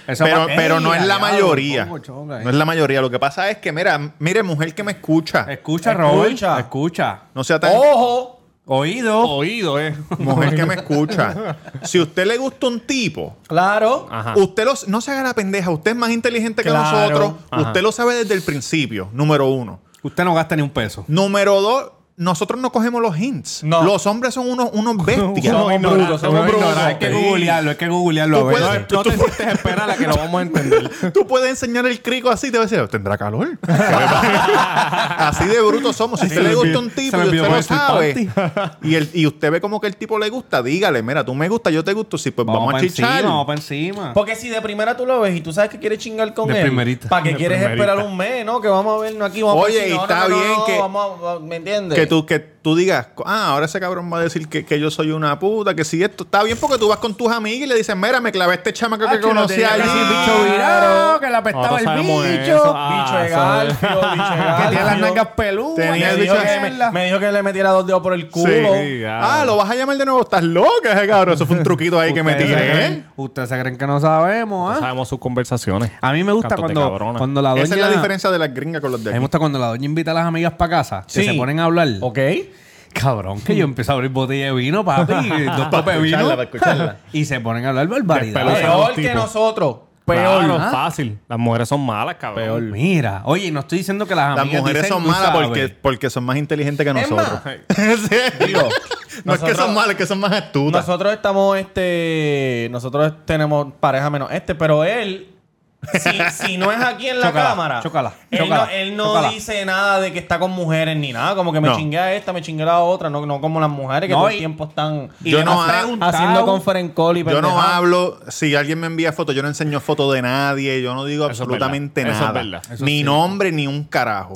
G: Esa
A: pero,
G: pa-
A: pero no
G: Ey,
A: es la
G: diablo,
A: mayoría.
G: pongo chonga, eh.
A: No es la mayoría. Lo que pasa es que, mira, mire, mujer que me escucha.
G: Escucha,
C: Escucha.
G: Robert. Escucha.
A: No sea tan.
C: ¡Ojo!
G: Oído.
B: Oído, eh.
A: Mujer que me escucha. Si a usted le gusta un tipo,
C: Claro.
B: Ajá.
A: usted los, no se haga la pendeja. Usted es más inteligente que
C: Claro.
A: nosotros.
B: Ajá.
A: Usted lo sabe desde el principio, número uno.
G: Usted no gasta ni un peso.
A: Número dos, nosotros no cogemos los hints.
C: No.
A: Los hombres son unos, unos bestias.
C: Somos brutos, somos
G: Uno
C: brutos.
G: ignora, Hay que googlearlo, hay que googlearlo
A: Tú
G: a veces.
A: puedes-
B: No te sientes espera la que lo vamos a entender.
A: Tú puedes enseñar el crico así y te va a decir, ¿tendrá calor? ¿Qué le pasa? así de brutos somos. Si a usted le gusta un tipo
G: se me
A: y
G: olvidó
A: usted lo
G: poner
A: sabe, y, el, y usted ve como que el tipo le gusta, dígale, mira, tú me gusta, yo te gusto, sí, pues vamos,
G: pa'
A: a chichar.
G: Encima, vamos para encima.
C: Porque si de primera tú lo ves y tú sabes que quieres chingar con
G: De
C: él,
G: primerita.
C: ¿para qué
B: De
C: quieres
B: primerita.
C: esperar un mes, no? Que vamos a vernos aquí, vamos
A: Oye,
C: a ver si-
A: y
C: no, no,
A: está
C: no, no,
A: bien
C: no,
A: que-
C: vamos a- ¿Me entiendes?
A: Que tú, que tú digas, ah, ahora ese cabrón va a decir que, que yo soy una puta, que si esto está bien porque tú vas con tus amigas y le dices, mira, me clavé a este chamaco
G: Ah,
A: que conocí allí.
G: bicho virado, que la apestaba el
B: sabemos
G: bicho.
B: eso.
C: Bicho
B: Ah,
C: de
B: eso es.
C: Garfio, bicho de Garfio.
G: Que tiene las nalgas peludas.
A: Tenía
G: que
A: el
G: dijo
A: bicho-
G: que me- me-
C: Me dijo que le metiera dos dedos por el culo.
B: Sí, ya.
A: Ah, lo vas a llamar de nuevo. Estás loca ese cabrón. Eso fue un truquito ahí que me
G: Ustedes se
A: tiré. ¿eh?
G: creen- Ustedes se creen que no sabemos, ¿ah?
B: Sabemos sus conversaciones.
G: A mí me gusta
B: Cantos de
G: cuando,
B: cabrona.
G: cuando la doña...
A: Esa es la diferencia de las gringas con los de
G: A mí me
A: aquí.
G: gusta cuando la doña invita a las amigas para casa. Que
C: Sí.
G: se ponen a hablar.
C: ¿Ok?
G: Cabrón, que yo empiezo a abrir botella de vino, papi. y dos topes de vino.
A: escucharla, para escucharla.
G: y se ponen a hablar barbaridades.
B: Despeluza.
C: Peor
B: tipo.
C: que nosotros.
B: Peor.
G: Claro, ¿ah?
B: fácil. Las mujeres son malas, cabrón.
G: Peor. Mira, oye, no estoy diciendo que las,
A: Las
G: amigas
A: mujeres
G: dicen,
A: son
G: tú
A: malas
G: sabes.
A: porque, porque son más inteligentes que
C: Es
A: nosotros.
C: más,
A: Sí.
C: digo,
A: no es que
C: nosotros-
A: son malas, es que son más astutas.
C: Nosotros estamos, este. Nosotros tenemos pareja menos este, pero él. Si, si no es aquí en la
G: Chócala,
C: cámara.
G: chócala,
C: él
G: chócala,
C: no, él no
G: chócala.
C: dice nada de que está con mujeres ni nada. Como que me
A: No.
C: chingué a esta, me chingué a la otra. No, no como las mujeres que
G: No,
C: todo el
G: y-
C: tiempo están
G: Y
A: Yo
G: le
A: no
G: has
A: ha-
G: preguntado-
C: haciendo conference call y
A: yo no
C: pendejadas.
A: hablo, si alguien me envía fotos, yo no enseño fotos de nadie, yo no digo
B: es
A: absolutamente
B: verdad. Eso es
A: nada.
B: verdad. Eso
A: ni nombre, ni un carajo.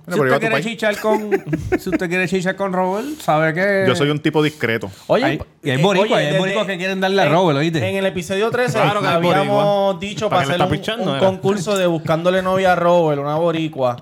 A: Mira,
G: Si
A: pero lleva
G: usted,
A: tu
G: quiere
A: país.
G: chichar con, si usted quiere chichar con Robert, sabe que.
A: Yo soy un tipo discreto.
C: Oye,
G: Hay- y hay
C: eh,
G: boricua,
C: oye,
G: hay
C: desde-
G: boricua que quieren darle a Robert, ¿oíste?
C: En el episodio 13
B: Claro que hay
C: habíamos
B: boricua.
C: dicho para hacer
B: ¿Para qué me
C: un,
B: está pichando,
C: un
B: era?
C: concurso de buscándole novia a Robert, una boricua.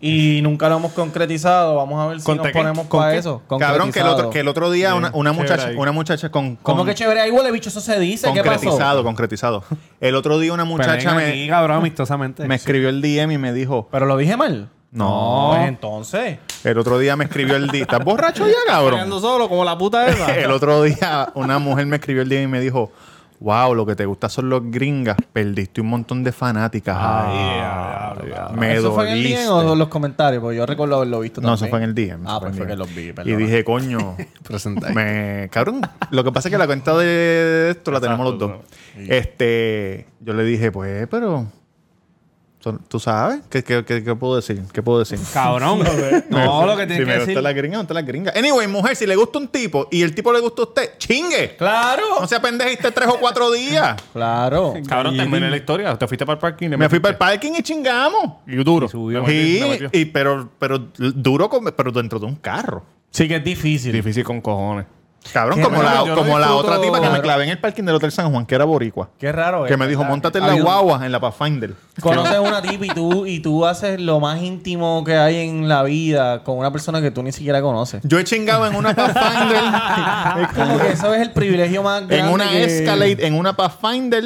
C: Y nunca lo hemos concretizado. Vamos a ver si
B: ¿Con
C: nos
B: te qué?
C: ponemos
B: ¿Con
C: para
B: qué?
C: eso.
A: Cabrón, que el otro, que el otro día una, una
B: chévere
A: muchacha,
B: ahí.
A: una muchacha con, con-
C: ¿Cómo que chévere? Ahí huele bicho, eso se dice. ¿Qué pasó?
A: concretizado, concretizado. El otro día una
G: Pero
A: muchacha
G: venga
A: me,
G: aquí, cabrón, amistosamente.
A: me escribió el DM y me dijo,
C: Pero lo dije mal.
A: no,
C: Pues entonces.
A: el otro día me escribió el DM. ¿Estás borracho ya, cabrón?
B: Peleando solo como la puta esa.
A: El otro día una mujer me escribió el día y me dijo, wow, lo que te gusta son los gringas, perdiste un montón de fanáticas.
C: Ah,
A: me
C: ¿Eso fue en el
A: doliste.
C: DM o en los comentarios? Porque yo recuerdo haberlo visto
A: no,
C: también.
A: eso fue en el día.
C: Ah, pues fue que los vi,
A: Y
C: perdona.
A: dije, coño,
G: Presentáis.
A: me... Cabrón, lo que pasa es que la cuenta de esto la tenemos los dos. Este, yo le dije, pues, pero... son- ¿Tú sabes? ¿Qué, qué, qué- qué puedo decir? ¿Qué puedo decir?
G: Cabrón. no, lo que tienes
A: si
G: que
A: me
G: decir.
A: gusta la gringa, me gusta la gringa. Anyway, mujer, si le gusta un tipo y el tipo le gusta a usted, chingue.
C: ¡Claro!
A: No sea pendejiste tres o cuatro días.
C: Claro.
B: Cabrón, terminé la historia. Te fuiste para el parking.
A: Me fui para el parking y chingamos.
B: Y duro.
G: subió.
A: Sí,
B: Me metió.
A: y, pero, pero duro, con- pero dentro de un carro.
C: Sí que es difícil.
B: Difícil con cojones.
A: Cabrón,
C: Qué
A: como,
C: raro,
A: la,
B: yo no
A: como la
B: disfruto-
A: otra tipa que me
B: Cabrón.
A: clavé en el parking del Hotel San Juan, que era boricua.
C: Qué raro.
A: que
C: es,
A: me dijo,
C: ¿verdad?
A: montate en la
B: Hay un-
A: guagua, en la Pathfinder.
C: Conoces a una tipa y tú, y tú haces lo más íntimo que hay en la vida con una persona que tú ni siquiera conoces.
A: Yo he chingado en una Pathfinder.
C: Es como que eso es el privilegio más grande.
A: en una
C: que-
A: Escalade, en una Pathfinder.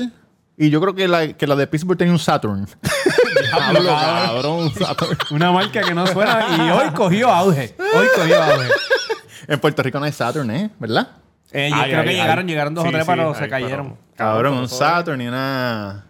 A: Y yo creo que la, que la de Pittsburgh tenía un Saturn. Diablo, cabrón. Saturn.
G: Una marca que no suena y hoy cogió auge. Hoy cogió auge.
A: En Puerto Rico no hay Saturn, ¿eh? ¿Verdad?
G: Eh, yo
B: Ay,
G: creo
B: ay,
G: que
B: ay.
G: llegaron, llegaron dos
B: Sí,
G: o tres,
B: sí,
G: pero
B: ay,
G: se cayeron.
A: Cabrón, un Saturn y una...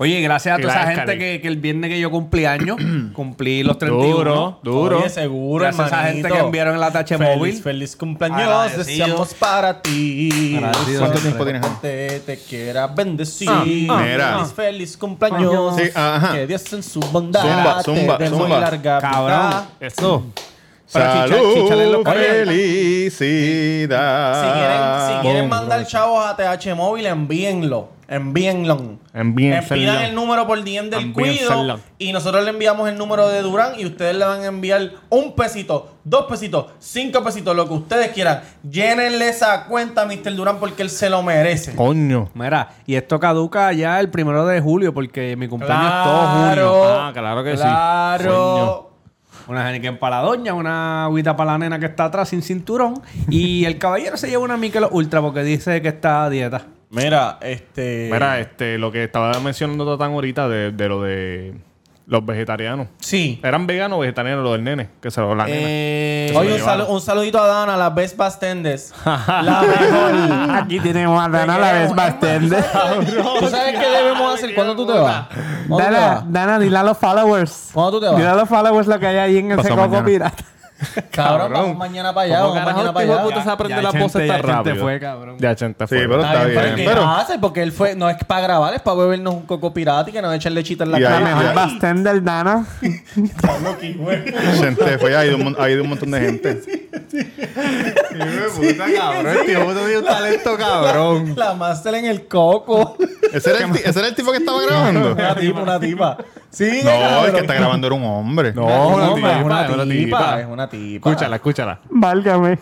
G: Oye, gracias a
B: Y
G: toda
B: la
G: esa gente
B: escalé.
G: que, que el viernes que yo cumplí años, cumplí los 31.
B: Duro, duro.
C: Oye, seguro,
G: Gracias a esa gente
C: hermanito.
G: que enviaron el atache
C: Feliz,
G: móvil.
C: Feliz cumpleaños,
G: Agradecido.
C: deseamos para ti.
G: Agradecido.
A: ¿Cuánto tiempo tienes, Ana?
C: Te, te quiera bendecir.
A: ah, Mira.
C: Feliz, feliz cumpleaños.
A: Sí, ajá.
C: Que Dios en su bondad
A: Zumba, zumba,
C: te dé muy
A: zumba.
C: larga
G: Cabrón.
C: vida.
B: Eso.
G: Para chichar- chichar en los
A: Salud,
G: pañales.
A: felicidad.
C: Si quieren, si quieren
A: ah, Boom.
C: mandar chavos a TH Móvil, envíenlo. Envíenlo. Pidan el
B: Envíenselo.
C: número por DM del
B: Envíenselo.
C: cuido y nosotros le enviamos el número de Durán y ustedes le van a enviar un pesito, dos pesitos, cinco pesitos, lo que ustedes quieran. Llénenle esa cuenta a Mr. Durán porque él se lo merece.
B: Oh. Coño.
G: Mira, y esto caduca ya el primero de julio porque mi cumpleaños es todo
C: Claro.
G: julio.
B: Ah, claro que sí.
C: Claro.
G: Una Heineken para la doña, una agüita para la nena que está atrás sin cinturón. Y el caballero se lleva una Michelob Ultra porque dice que está a dieta.
C: Mira, este.
I: eh.
B: Mira, este, lo que estaba mencionando Tatán ahorita de, de lo de los vegetarianos.
C: Sí.
B: ¿Eran veganos o vegetarianos los del nene? Que se lo la nena.
C: Eh, oye, un, salu- un saludito a Dana, la Best Bastendes. la mejor.
I: Aquí tenemos a Dana la vez bastante.
C: ¿Tú sabes qué debemos hacer? ¿Cuándo tú te vas? ¿Cuándo tú te
I: Dana,
C: vas?
I: Dana, dile a los followers.
C: ¿Cuándo tú te
I: Dile a
C: vas?
I: los followers lo que hay ahí en ese
A: Pasado
I: coco
A: mañana.
I: pirata.
C: Cabrón, vamos mañana para allá,
B: ¿Cómo
C: vamos mañana
B: carajo
C: para
B: este
C: allá.
B: hijo de puta se aprende
J: ya
B: la
J: hay
B: pose
J: gente-
B: tan
J: ya hay gente
B: rápido?
J: fue, cabrón.
B: Ya, gente
A: Sí,
B: fue.
A: pero está
C: Está
A: bien.
C: bien, pero ¿qué
A: Pero
C: hace? Porque él fue, no es para grabar, es para bebernos un coco pirata y que nos echen lechita en la
A: Y ahí-
I: La
A: Ay,
I: mejor
A: ay.
I: bastender, Dana.
A: gente, fue ahí de un, mon- ha ido un montón de gente.
J: puta, cabrón. El tío puto tiene un talento, cabrón.
C: La máster en el coco.
A: ¿Ese era, el, ti- ese era el tipo que estaba grabando?
C: una tipa, una tipa. Sí,
A: No, el
C: cabrón.
A: que está grabando era un hombre.
B: No, una
C: hombre,
B: tipa,
C: es una
B: es una
C: tipa,
B: tipa.
C: Es una tipa.
B: Escúchala, escúchala.
I: Válgame.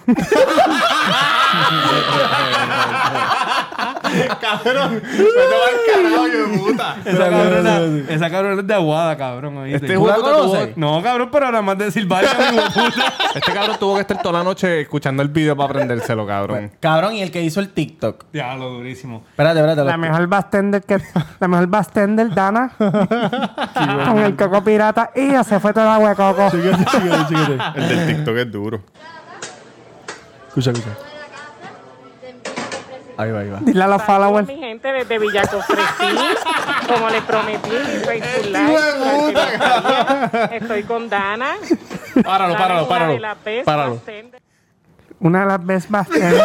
B: Cabrón, se te va el carajo, hijo de puta.
G: Esa cabrona, esa cabrona es de aguada, cabrón. ¿oíste?
B: Este
G: ¿Tú
B: hijo de
G: la
B: puta tuvo-
G: conoces? No, cabrón, pero nada más decir vaya, mi hijo de puta.
B: Este cabrón tuvo que estar toda la noche escuchando el video para aprendérselo, cabrón.
C: Cabrón, y el que hizo el TikTok.
G: Diablo, durísimo.
C: Espérate, espérate.
I: La mejor bastender que... La mejor bastender, Dana. Con el coco pirata. Y ya se fue toda el agua de coco.
A: El del TikTok es duro.
C: Ahí va, ahí va.
I: Dile a los followers.
K: mi gente desde Villacofresí, como les prometí, mi Facebook Live, durante los días. Estoy con Dana.
B: Páralo,
K: Dana
B: páralo,
K: es una
B: páralo.
K: de las best
B: Páralo.
K: bartender.
I: Una de las best bastender.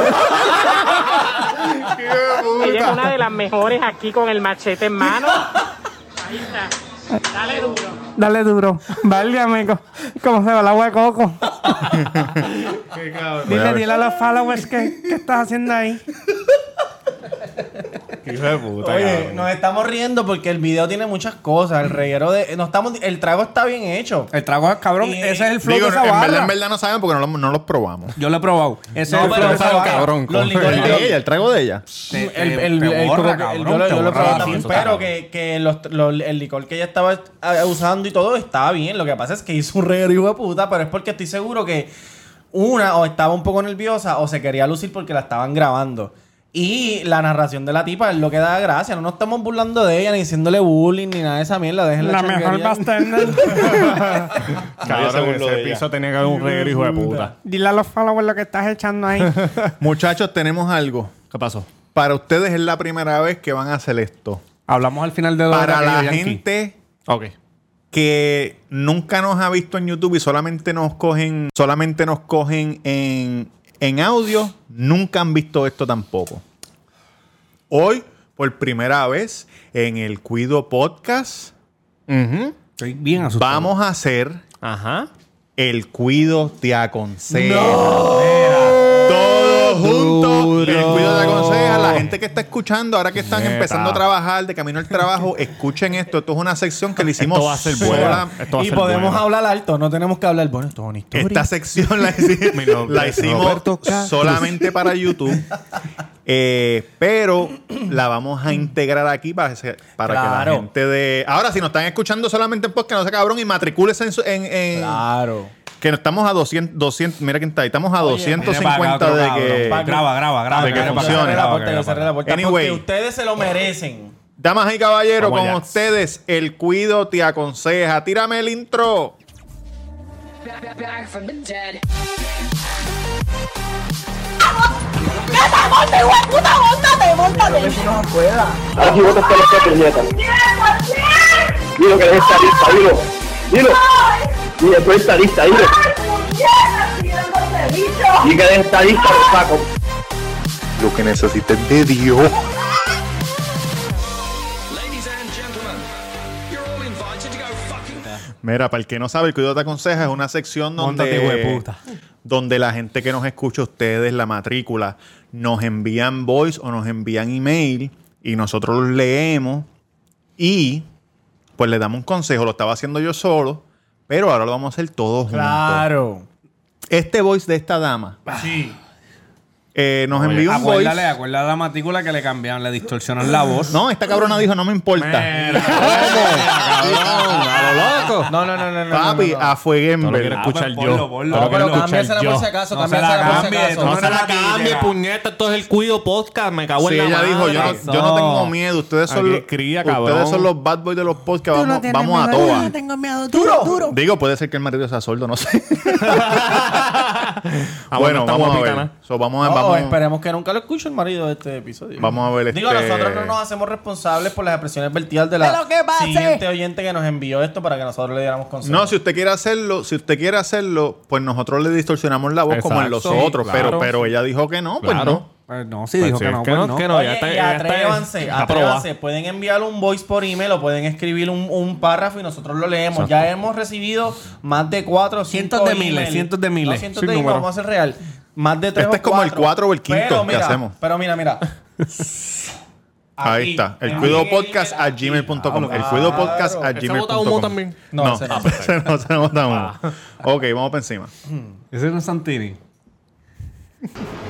K: Ella es una de las mejores aquí con el machete en mano. Ahí está. Dale duro.
I: Dale duro. Válgame. co- Cómo se va el agua de coco. Dile, dile a los followers que, que estás haciendo ahí.
B: Hijo de puta,
C: Oye, nos estamos riendo porque el video tiene muchas cosas. El reguero de. No estamos, el trago está bien hecho.
G: El trago es cabrón.
C: Y-
G: Ese es el flow
A: Digo,
G: de
A: en
G: esa
A: verdad,
G: barra.
A: en verdad no saben porque no, lo- no los probamos.
G: Yo lo he probado. Ese es
C: No,
G: el
C: pero
G: flow de
C: esa
G: esa
C: barra.
G: barra.
B: cabrón.
C: Los licores
A: El
C: de-
A: de ella, el trago de ella.
G: Te-
C: el,
G: te-
C: el,
G: te
C: el
G: borra,
C: coco que-
G: cabrón,
C: yo lo,
G: te
C: yo lo he
G: borra
C: probado
G: la
C: también,
G: fiesta,
C: pero
G: cabrón.
C: que, que los, los- el licor que ella estaba eh, usando y todo estaba bien. Lo que pasa es que hizo un reguero hijo de puta, pero es porque estoy seguro que una o estaba un poco nerviosa o se quería lucir porque la estaban grabando. Y la narración de la tipa es lo que da gracia. No nos estamos burlando de ella, ni diciéndole bullying, ni nada de esa mierda. Dejen
I: La mejor bastender.
B: Cabrón,
A: Nadie se burló
B: ese
A: de ella.
B: piso tenía que haber un reguero, hijo de puta.
I: Dile a los followers lo que estás echando ahí.
A: Muchachos, tenemos algo.
B: ¿Qué pasó?
A: Para ustedes es la primera vez que van a hacer esto.
G: Hablamos al final de dos
A: Para
G: horas,
A: la
G: querido Yankee.
A: gente
B: Ok.
A: que nunca nos ha visto en YouTube y solamente nos cogen, solamente nos cogen en, en audio, nunca han visto esto tampoco. Hoy, por primera vez en el Cuido Podcast,
B: Ujú.
G: Estoy bien asustado.
A: vamos a hacer
B: Ajá.
A: el Cuido Te Aconseja. Todos juntos, el Cuido Te Aconseja, la gente que está escuchando, ahora que están
B: Neta.
A: empezando a trabajar, de camino al trabajo, escuchen esto. Esto es una sección que le hicimos
B: Esto va a ser
A: sola.
B: bueno. Esto va a
C: Y
B: ser
C: podemos
B: bueno.
C: hablar alto, no tenemos que hablar. Bueno, esto es una historia.
A: Esta sección la hicimos,
B: Mi nombre
A: la
B: es
A: hicimos
B: Roberto Castro.
A: solamente para YouTube. Eh, pero la vamos a integrar aquí para, que- para que
C: Claro.
A: la gente de. Ahora, si nos están escuchando solamente en podcast, no sea cabrón y matricúlese en. su- en- en-
C: Claro.
A: Que no estamos a 200. 200 mira quién está ahí. Estamos a 250
J: otro
A: de
J: cabrón.
A: que.
J: Pa' acá. Graba, graba, graba,
A: De que
J: graba,
C: Yo cerré
A: funcione.
C: la puerta, yo cerré la puerta.
A: Anyway.
C: Porque ustedes se lo merecen.
A: Damas y caballeros,
B: Vamos
A: con
B: allá.
A: ustedes, el cuido te aconseja. Tírame el intro.
E: Back, back from the dead.
D: Dilo que eres estadista, dilo. Dilo. Dilo que eres estadista, dilo. Y que eres estadista, lo saco.
J: Lo que necesites de Dios.
F: Ladies and gentlemen, you're all invited to go fucking.
A: Mira, para el que no sabe, el Cuidado te aconseja es una sección
G: Móntate,
A: donde,
G: hueputa.
A: donde la gente que nos escucha, ustedes, la matrícula, nos envían voice o nos envían email y nosotros los leemos y pues le damos un consejo. Lo estaba haciendo yo solo, pero ahora lo vamos a hacer todos juntos.
C: Claro.
A: Este voice de esta dama
B: Ah.
C: Sí.
A: eh, nos
G: Oye,
A: envió un voice.
G: acuérdale, acuérdale la matrícula que le cambiaron, le distorsionan la voz.
A: No, esta cabrona dijo, no me importa.
G: a lo loco.
C: No, no, no, no. no,
A: Papi,
C: no, no.
A: a Fueguen,
B: No lo quiero
A: ¿verdad?
B: escuchar
G: pues,
B: yo.
G: ponlo, ponlo.
B: No lo
C: No,
B: quiero
C: pero
B: escuchar
C: cámbiasela por si
B: yo.
C: acaso,
G: No se la
C: cámbiasela por si
G: cambie,
C: acaso.
B: No
G: No
B: se
G: era
B: la
G: la
B: cambie,
G: tijera.
B: puñeta. Esto es el cuido podcast. Me cago
A: Sí,
B: en la
A: ella
B: madre.
A: dijo, yo, no- yo no tengo miedo, ustedes son,
B: Aquí
A: los,
B: cría,
A: ustedes
B: cabrón.
A: son los bad boys de los podcasts, vamos, vamos a toa. Digo, puede ser que el marido sea sordo, no sé.
B: Ah,
A: bueno,
B: está
A: vamos a
B: guapita,
A: ver.
B: ¿no?
A: So, vamos a,
C: No,
A: vamos,
C: Oh, esperemos que nunca lo escuche el marido de este episodio.
A: vamos a ver
C: Digo,
A: este-
C: nosotros no nos hacemos responsables por las expresiones vertidas de la siguiente oyente que nos envió esto para que nosotros le diéramos consejos.
A: No, si usted quiere hacerlo, si usted quiere hacerlo, pues nosotros le distorsionamos la voz como en los
B: Exacto, sí,
A: otros,
B: claro.
A: pero pero ella dijo que no, pues
B: Claro.
A: no.
G: Pues no, sí,
B: Pues
G: dijo
B: sí,
G: que
B: es
G: no. pues no.
B: que no,
C: Oye,
B: ya está-
C: y
B: ya está-
C: atrévanse,
B: está aprobada.
C: atrévanse. Pueden enviar un voice por email o pueden escribir un, un párrafo y nosotros lo leemos. Ya hemos recibido más de cuatro,
G: Cientos
C: cinco
G: de miles,
C: emails.
G: cientos de miles.
C: No, cientos
G: Sin
C: de miles,
G: número.
C: vamos a ser real. Más de tres
A: Este
C: o
A: es como el cuatro o el quinto
C: Pero
A: que
C: mira,
A: hacemos.
C: Pero mira, mira.
A: Ahí
C: Aquí,
A: está. El
C: en
A: cuido
C: el
A: podcast
C: email,
A: a
C: aquí.
A: gmail.com. El
C: Claro.
A: cuido podcast a
B: ¿Se ha votado
A: gmail.com.
B: humo también?
A: No,
C: No,
A: no,
C: ese no.
A: se no se nota humo. Ok, vamos para encima.
G: Ese no es Santini.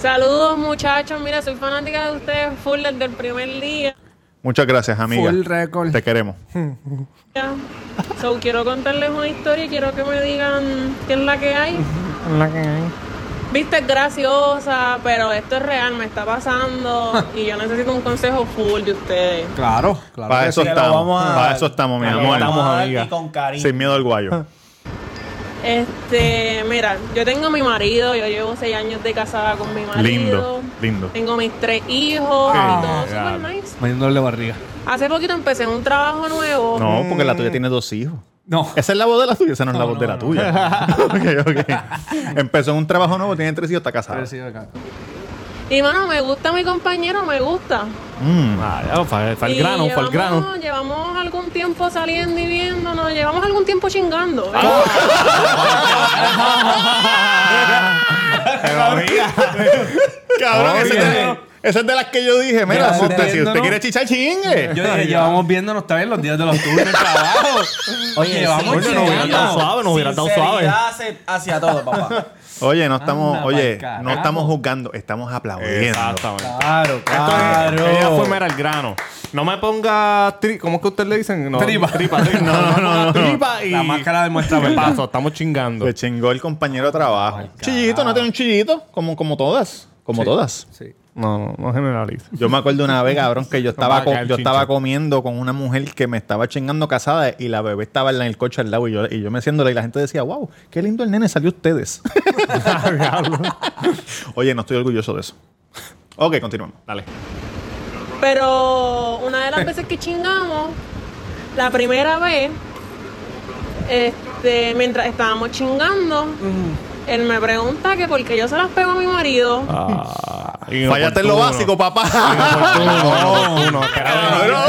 K: Saludos muchachos, mira, soy fanática de ustedes full desde el primer día.
A: Muchas gracias, amiga.
G: Full record.
A: Te queremos.
K: So, quiero contarles una historia y quiero que me digan qué es la que hay. Viste, es graciosa, pero esto es real, me está pasando y yo necesito un consejo full de ustedes.
G: Claro, claro.
A: Para
G: que
A: eso
G: sí.
C: que lo
A: estamos.
C: vamos a-
A: Para eso estamos, mi
C: Lo
A: amor.
C: vamos a dar
B: amiga.
C: Y con cariño.
A: Sin miedo al guayo.
K: Este, mira, yo tengo a mi marido, yo llevo seis años de casada con mi marido.
A: Lindo, lindo.
K: Tengo mis tres hijos y todo
B: Ah, ya.
K: super nice.
G: Me dio un dolor de barriga.
K: Hace poquito empecé un trabajo nuevo.
A: No, porque la tuya tiene dos hijos.
G: No.
A: Esa es la voz de la tuya, esa no es la voz de la tuya. Ok, ok. Empezó en un trabajo nuevo, tiene tres hijos, está casada.
K: Y bueno, me gusta mi compañero, me gusta.
A: Mm.
B: Ah, ya, fue fue el
K: Y
B: grano, fue el grano.
K: llevamos- Llevamos algún tiempo saliendo y viéndonos, llevamos algún tiempo chingando.
B: Ah,
K: ¿eh?
A: Cabrón, esa es, de,
G: Oye.
A: esa es de las que yo dije. Mira,
G: Ya,
A: si usted, si usted
G: entendiendo, ¿no?
A: quiere chichar, chingue.
G: Yo dije, llevamos viéndonos también los días de los turnos de trabajo.
C: Oye,
G: Llevamos
C: sí,
B: Coño, nos hubieran dado
C: no.
B: suave, nos hubieran dado suave.
C: Sinceridad hacia- hacia todo, papá.
A: Oye, no estamos,
G: Anda
A: oye,
G: pa'l carajo.
A: no estamos juzgando, estamos aplaudiendo.
B: Exactamente.
C: Claro,
B: Ella fue
C: claro.
B: mera al grano. No me ponga tri ¿Cómo es que ustedes le dicen? No,
G: Tripa.
B: Tripa, tripa. No, no, no. Tripa y.
G: La máscara demuestra
B: Me
G: verdad.
B: paso, estamos chingando.
A: Le chingó el compañero de trabajo. Chillito, no tiene un chillito, como, como todas. Como todas.
G: Sí.
B: No, no, no generaliza.
A: Yo me acuerdo una vez, cabrón, que yo
B: va
A: estaba,
B: a
A: co-
B: caer
A: yo
B: chincha.
A: estaba comiendo con una mujer que me estaba chingando casada y la bebé estaba en el coche al lado y yo, y yo meciéndola y la gente decía, wow, qué lindo el nene, salió ustedes. Oye, no estoy orgulloso de eso. Ok, continuamos.
B: Dale.
K: Pero una de las veces que chingamos, la primera vez, este, mientras estábamos chingando, él me pregunta que por qué yo se las pego a mi marido.
A: Fallaste en lo básico, papá.
G: Pero,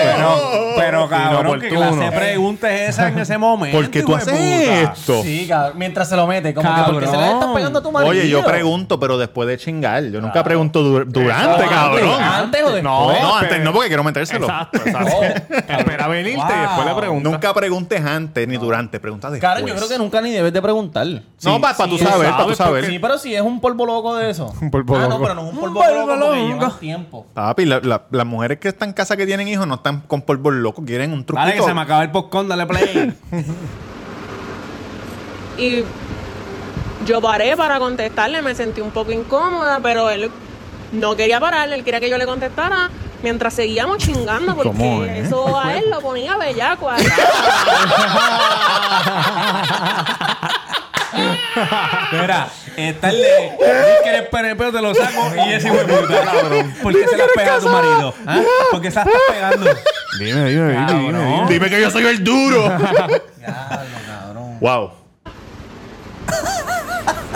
G: pero cabrón, que
A: Inoportuno.
G: clase de pregunta es esa en ese momento.
A: ¿Por qué tú
G: hijo de
A: haces
G: puta?
A: esto?
C: Sí, cabrón. Mientras se lo mete. Como que porque se la estás pegando a tu marido.
A: Oye, yo pregunto, pero después de chingar. Yo nunca pregunto du- durante,
C: Exacto.
A: cabrón.
C: Antes o después.
A: No, no,
B: pero-
A: antes no, porque quiero metérselo.
B: Exacto, exacto. Espera a venirte y después le preguntas.
A: Nunca preguntes antes ni durante, pregunta después.
C: Claro, yo creo que nunca ni debes de preguntar.
A: pues. No, pa- pa' tú saber, pa' tú saber.
C: Sí, pero si es un polvo loco de eso. un
A: polvo
C: ah, no,
A: loco.
C: pero no es un polvo,
G: polvo
C: loco porque
G: loco.
C: llevan tiempo.
A: Papi, la- la- las mujeres que están en casa que tienen hijos no están con polvo loco, quieren un truquito.
G: Dale, que se me acaba el popcorn, dale play.
K: Y yo paré para contestarle, me sentí un poco incómoda, pero él no quería parar, él quería que yo le contestara mientras seguíamos chingando, porque
A: ¿Cómo es?
K: eso a él lo ponía bellaco. a él.
G: Espera, esta es de. Dices que eres PNP, te lo saco y ese hijo de puta, cabrón. ¿Por qué se la has pegado a tu marido? ¿Ah? ¿Por qué se la estás pegando?
A: Dime, dime, dime,
G: Cabrón.
A: Dime que yo soy el duro. wow.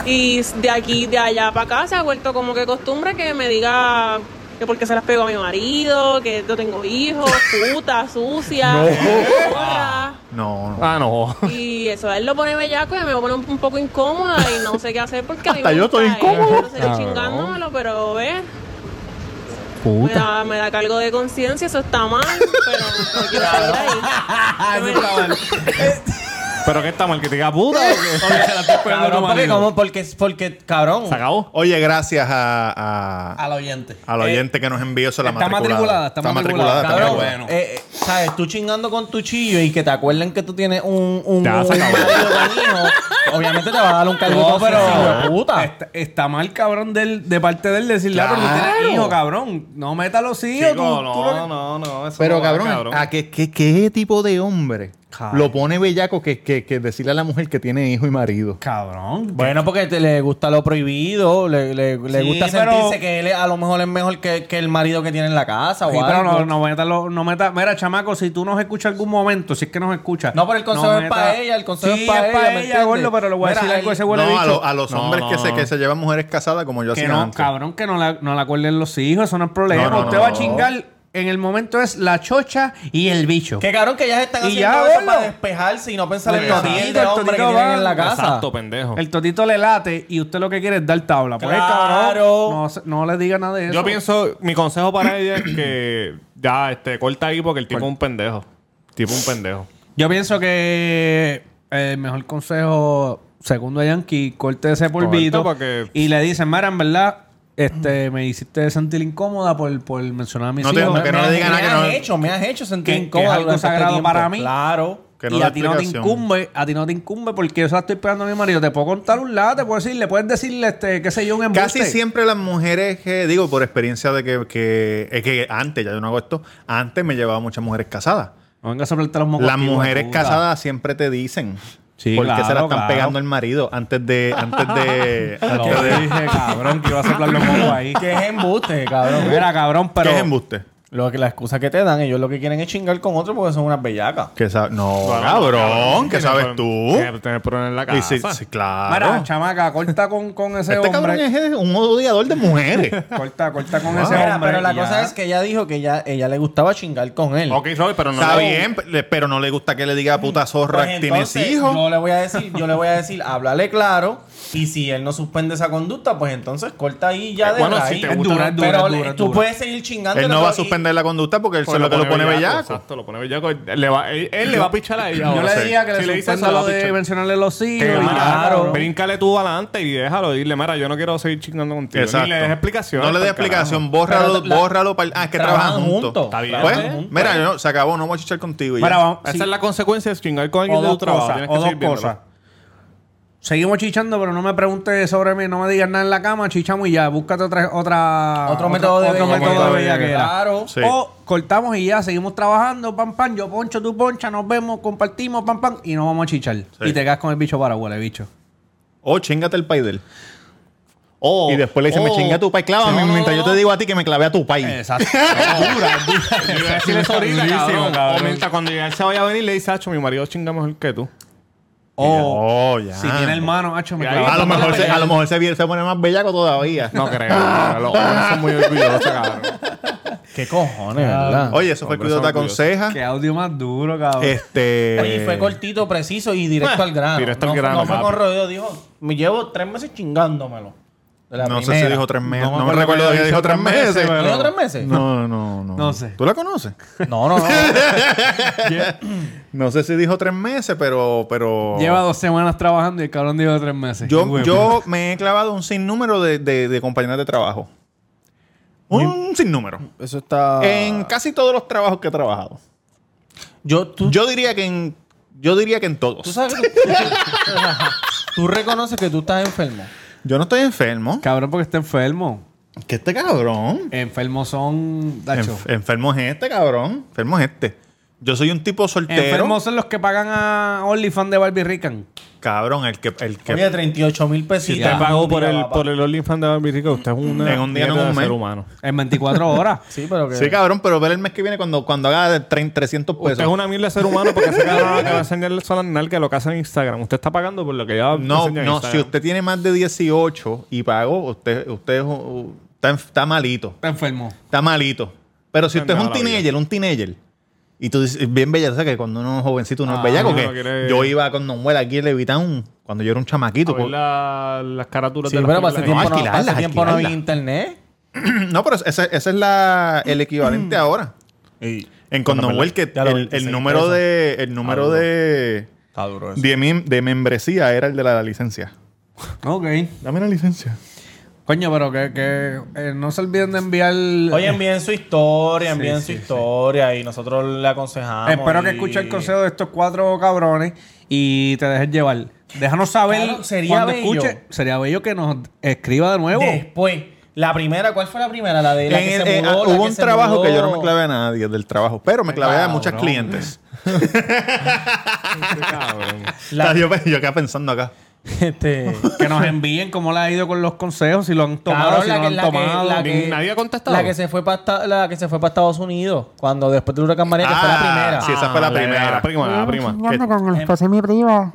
K: Y de aquí, de allá para acá, se ha vuelto como que costumbre que me diga que porque se las pego a mi marido, que yo tengo hijos, puta, sucia, gorra.
A: No, no.
B: Ah, no.
K: Y eso, él lo pone bellaco y me pone un, un poco incómoda y no sé qué hacer porque a mí
A: Hasta
K: me
A: yo
K: gusta
A: estoy
K: él,
A: incómodo.
K: no sé, estoy chingándomelo, pero ve, me
G: Puta.
K: da, me da cargo de conciencia, eso está mal, pero no quiero seguir ahí.
B: Pero que está mal que te diga puta. o qué?
C: Cabrón, porque, como, porque, porque, cabrón,
B: Se acabó.
A: Oye, gracias a, a,
C: al oyente.
A: al oyente que nos envió eso la
G: está matriculada,
A: matriculada.
G: está matriculada,
A: está
C: Cabrón,
A: matriculada.
G: bueno.
C: eh, eh, sabes, tú chingando con tu chillo y que te acuerden que tú tienes un, un,
B: Ya, se
C: un
B: acabó.
C: marido con hijo, obviamente te va a dar un cargo
G: No, pero
C: de puta.
G: Está, está mal, cabrón, del, de parte de él decirle, ah, pero tú tienes hijo, cabrón. No meta a los hijos.
B: Chico,
G: tú-
B: no,
G: tú lo que-
B: no, no. eso
A: Pero
B: no va,
A: cabrón, ¿a qué, qué, qué tipo de hombre
G: Cabrón.
A: lo pone bellaco que, que, que decirle a la mujer que tiene hijo y marido?
G: Cabrón.
C: Bueno, porque te- le gusta lo prohibido, le, le- le
G: Sí,
C: gusta
G: pero-
C: sentirse que él es- a lo mejor es mejor que, que el marido que tiene en la casa
G: Sí,
C: o
G: pero
C: algo.
G: no, no meta, lo- no meta. Mira, chamaco, si tú nos escuchas algún momento, si es que nos escuchas.
C: No, pero el consejo es pa' ella, el consejo
G: Sí,
C: es pa' ella, ¿me entiendes?
G: gordo, pero le voy a
C: Mira,
G: decir algo a ese
C: el-
G: huele
A: no, a,
G: bicho.
A: lo- a los
B: No,
A: hombres
B: no,
A: que, se,
B: no.
A: que se llevan mujeres casadas como yo
G: Que
A: hacía
G: no,
A: antes.
G: cabrón, que no la, no la acuerden los hijos, eso no es problema.
A: No, no,
G: Usted
A: no.
G: va a chingar, en el momento es la chocha y el bicho.
C: Que cabrón que ellas están
G: Y
C: haciendo
G: ya,
C: eso
G: gordo.
C: para despejarse y no pensar en los
G: Exacto,
C: días
G: el
C: de este hombre que
G: totito
C: tienen
G: va-
C: en la casa.
B: Exacto, pendejo.
G: El totito le late y usted lo que quiere es dar tabla. Pues,
C: Claro.
G: cabrón, no, se- no le diga nada de eso.
B: Yo pienso, mi consejo para ella es que ya, este, corta ahí porque el tipo es un pendejo. Tipo un pendejo.
G: Yo pienso que el mejor consejo, segundo a Yankee, corte ese polvito
B: Corta porque-
G: y le dicen, Mara, en verdad, este, me hiciste sentir incómoda por, por mencionar a mis
A: No te-
G: hijos.
A: no, que no
G: Me-
A: le digan
C: me
A: nada que
C: has
A: no-
C: hecho, me has hecho sentir
G: Que- que
C: incómodo
G: es algo
C: durante este
G: sagrado
C: tiempo.
G: para mí.
C: Claro.
A: Que no
G: y
A: da
G: a ti no te
A: explicación.
G: incumbe, a ti no te incumbe porque yo se la estoy pegando a mi marido. Te puedo contar un lado, te puedo decir, le puedes decirle, este, qué sé yo, un embuste.
A: Casi siempre las mujeres, que, digo, por experiencia de que, que- es que antes, ya yo no hago esto, antes me llevaba muchas mujeres casadas.
G: No vengas a soplarte los mocos,
A: Las
G: hijo de
A: mujeres
G: puta.
A: casadas siempre te dicen
G: Sí,
A: por qué se la
G: claro,
A: están
G: claro.
A: pegando el marido antes de, antes de,
G: Lo
A: antes de-
G: dije, cabrón, que iba a soplar los mocos ahí.
C: Que es embuste, cabrón.
G: Mira, cabrón, pero.
A: ¿Qué es embuste?
C: Lo que, la excusa que te dan, ellos lo que quieren es chingar con otro porque son unas bellacas.
A: ¿Qué sab- No, cabrón, ¿qué
B: Tiene
A: sabes
B: pro-
A: tú?
B: tiene- Tiene problemas en la
A: Y
B: casa.
A: sí, sí,
G: Mira,
A: claro.
G: chamaca, corta con, con ese
A: Este cabrón
G: hombre.
A: es un odiador de mujeres.
G: Corta, corta con
A: Ah,
G: ese
C: Mira,
G: hombre.
C: pero la
G: y ya.
C: cosa es que ella dijo que ella, ella le gustaba chingar con él. Pues
B: Ok, Roy, pero no.
A: Está
B: no-
A: bien, pe- pero no le gusta que le diga puta zorra
C: Pues
A: tienes
C: entonces,
A: hijos.
C: Yo le voy a decir, yo le voy a decir, háblale claro. Y si él no suspende esa conducta, pues entonces corta ahí ya
B: Eh,
C: de
B: bueno,
C: raíz.
B: si te
G: Es
B: gusta-
G: dura, es dura,
C: Pero
G: es
C: le-
G: dura, es
C: tú
G: dura.
C: puedes seguir chingando.
A: Él no va a suspender la conducta porque él es lo que lo pone bellaco.
B: Exacto, lo pone bellaco. Él le va, él, él le va a pichar a ella.
G: Yo
B: ahora.
G: le diría que
B: Si
G: le
B: dice
G: suspenda
B: eso, le va
G: lo
B: a
G: de
B: pichar.
G: mencionarle los
B: Que,
G: hijos. y
B: mira,
G: ya,
B: cabrón,
G: cabrón.
B: Bríncale tú adelante y déjalo. Dile, mira, yo no quiero seguir chingando contigo. Ni le des pues, explicación.
A: No le des explicación. Bórralo,
C: Pero la-
A: bórralo. pa- ah, es que
C: trabajan
A: trabajan juntos.
C: juntos.
B: Está bien.
A: Pues,
B: Está bien.
A: mira, no, se acabó. No voy a chichar contigo. y
G: Mira,
A: ya.
G: vamos.
B: Esa
G: sí.
B: es la consecuencia de chingar con
G: O
B: alguien de
G: dos
B: tu trabajo.
G: cosas.
B: Tienes
G: O
B: que pues.
G: dos
B: seguir viéndolo.
G: cosas. Seguimos chichando, pero no me preguntes sobre mí, no me digas nada en la cama, chichamos y ya, búscate otra, otra,
C: Otro método de
G: otro
C: bellaquera.
G: método de
C: Claro.
G: bellaquera.
A: Sí.
G: O cortamos y ya, seguimos trabajando, pam, pam, yo poncho, tú poncha, nos vemos, compartimos, pam, pam, y nos vamos a chichar. Y te quedas con el bicho para huele, bicho.
A: O Oh, chingate el pay de él.
B: O-
A: y después le dice, me
B: o-
A: chinga a tu pay. Clávame mientras yo te digo a ti que me clavé a tu pay.
G: Exacto. Es dura, es dura.
B: Yo iba a decir eso ahorita,
G: Durísimo,
B: cabrón.
G: cabrón.
B: O mientras cuando llegue él se vaya a venir, le dice, Hacho, mi marido chinga mejor que tú.
G: O
A: Oh, ya.
G: si tiene hermano, hacho, me clava
A: a, lo
G: toda la
A: mejor se,
G: pelea.
A: a lo mejor se, viene- se pone más bellaco todavía.
B: No creo. Los hombres son muy orgullosos, cabrón.
G: ¿Qué cojones, verdad?
A: Oye, eso fue el
B: Hombres
A: cuido
B: son
A: te
B: orgullosos.
A: aconseja.
G: Qué audio más duro, cabrón.
A: Este.
C: Oye, y fue cortito, preciso y directo
B: Ah,
C: al grano.
B: directo al
C: No-
B: grano,
C: No fue con
B: papi.
C: rodeo, dijo, me llevo tres meses chingándomelo. De la
A: No sé
C: primera.
A: si dijo tres meses. No, me
G: acuerdo
A: recuerdo
G: que
A: que
G: dijo
A: dijo tres
G: tres
A: meses.
G: meses,
C: ¿No
A: pero-
C: dijo tres meses?
A: No, no, no.
G: No sé.
A: ¿Tú la conoces?
C: No, no, no.
A: No sé si dijo tres meses, pero. pero...
G: Lleva dos semanas trabajando y el cabrón dijo tres meses. Qué
A: Yo,
G: huevo.
A: yo me he clavado un sinnúmero de, de, de compañeras de trabajo. Ah. Un sinnúmero.
C: Eso está...
A: En casi todos los trabajos que he trabajado.
C: Yo, tú,
A: Yo diría que en. Yo diría que en
C: tú
A: todos.
C: sabes que tú, tú reconoces que tú estás enfermo.
A: Yo no estoy enfermo.
G: Cabrón, porque está enfermo.
A: ¿Qué este cabrón?
G: Enfermos son. Dacho.
A: Enf- enfermo es este, cabrón. Enfermo es este. Yo soy un tipo soltero.
G: enfermos son los que pagan a OnlyFans de Barbie Rican.
A: Cabrón, el que. El que
C: Oye, 38 mil
B: Si
C: pesitos.
B: usted
C: Ya.
B: pagó por
C: Mira,
B: el,
C: papá.
B: por el OnlyFans de Bambi Rica, usted es una
A: En un día, no en
B: mierda de
A: un mes.
B: ser humano.
G: En 24 horas.
C: Sí, pero que...
A: Sí, cabrón, pero ver el mes que viene cuando, cuando haga tre- 300 pesos.
B: eh. Usted es una mierda de ser humano porque ese cabrón acaba de enseñarle solo al nalga lo que hace en Instagram. Usted está pagando por lo que ya
A: No,
B: enseña en
A: no,
B: Instagram.
A: si usted tiene más de 18 y pagó, usted, usted es un- está, en- está malito.
G: Está enfermo.
A: Está malito. Pero si usted es un
B: Pendejo la vida.
A: teenager, un teenager. Y tú dices, bien bellaco, ¿sabes? Que cuando uno es jovencito, uno
G: Ah,
A: es bellaco.
B: no,
A: que
B: no quiere- Ah,
A: Yo iba con Don Huel aquí en Levitown cuando yo era un chamaquito.
B: A ver
A: por-
B: la- las caraturas
C: Sí,
B: de las
C: pero para ese
B: películas
A: No,
C: tiempo, no,
A: alquilarlas,
C: para ese tiempo no había
A: alquilarlas.
C: internet.
A: No, pero ese, ese es la, el equivalente ahora. En Condom World, que
C: Ya lo
A: el,
C: 26
A: el número
C: pesos.
A: de el número de,
C: Está duro
A: de, mem- de membresía era el de la licencia.
G: Ok.
A: Dame la licencia.
G: Coño, pero que, que, eh, no se olviden de enviar.
C: Oye, envíen su historia,
G: sí,
C: envíen su
G: sí.
C: historia y nosotros le aconsejamos.
G: Espero que
C: y-
G: escuches el consejo de estos cuatro cabrones y te dejes llevar. Déjanos saber
C: Claro, sería
G: cuando
C: bello.
G: escuche. Sería bello que nos escriba de nuevo.
C: Después, la primera, ¿cuál fue la primera? La de la que
A: En el-
C: se
A: en-
C: mudó, la
A: hubo
C: que
A: un
C: se
A: trabajo que yo no me
C: mudó.
A: clavé a nadie del trabajo, pero me clavé a
G: cabrón.
A: muchas clientes.
C: Este
B: Cabrón.
A: O sea, yo, yo quedé pensando acá.
C: Este,
G: Que nos envíen cómo le ha ido con los consejos, si lo han tomado,
C: cabrón,
G: si no lo han
C: la que- la
G: tomado.
C: que- la
B: Ni-
C: que-
B: nadie ha contestado.
C: La que se fue para la que se fue para Estados Unidos cuando después del huracán María que fue la
A: Ah,
C: primera.
A: sí, esa fue la primera.
B: La prima, la prima.
I: Chingando
A: que-
I: con el esposo de mi prima.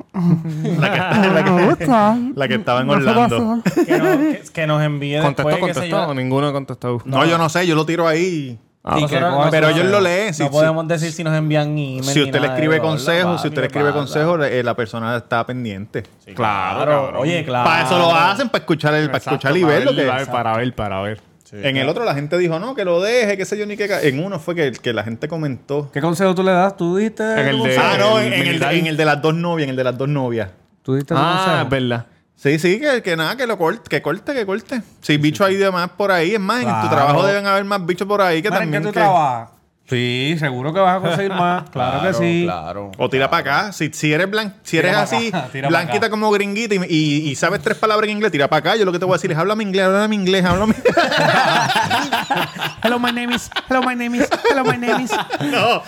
A: La que, la que-
I: Me gusta.
A: la que estaba en
I: No sé qué
A: Orlando.
I: hacer.
C: Que, no- que- que nos envíe
B: Ah, ¿Contestó,
C: después que se
B: contestó?
C: yo-
B: Ninguno contestó.
A: No, yo no sé, yo lo tiro ahí.
B: Ah,
C: Sí,
B: pues,
C: que-
G: cosa,
A: pero ellos
C: no-
A: lo leen, sí,
C: No
A: sí.
C: podemos decir si nos envían email.
A: Si
C: ni
A: usted le
C: nada
A: escribe
C: de-
A: consejos, si usted le
C: Bla,
A: escribe
C: bla,
A: consejos, eh, la persona está pendiente.
B: Claro,
C: Claro,
B: cabrón.
C: oye, claro.
A: Para eso lo hacen, para escuchar, el, para
B: Exacto,
A: escuchar y ver lo que
B: para Para ver, para ver. Eh,
A: En el otro la gente dijo, no, que lo deje, qué sé yo, ni qué. ca-". En uno fue que, que la gente comentó.
G: ¿Qué consejo tú le das? ¿Tú diste?
B: En el
G: tu
B: de-
G: consejo?
A: Ah, no, en,
B: el
A: en el,
B: militar.
A: en el de las dos novias, en el de las dos novias.
G: ¿Tú diste tu
B: Ah, es
G: consejo?
B: verdad.
A: Sí, sí, que, que nada, que lo corte, que corte, que corte. Si bichos hay demás por ahí, es más, en
G: Claro.
A: tu trabajo deben haber más bichos por ahí que
G: Mira, ¿en
A: también.
G: qué tú
A: que-
G: trabajas? Sí, seguro que vas a conseguir más. claro, que sí.
C: Claro.
A: O tira para acá. Si, si eres, blan- si eres
G: Tira pa'
A: así,
G: acá, tira pa'
A: blanquita
G: acá.
A: como gringuita y, y- y sabes tres palabras en inglés, tira para acá. Yo lo que te voy a decir es, háblame inglés, háblame inglés, háblame inglés.
I: Hello, my name is. Hello, my name is. Hello, my name is.
A: no.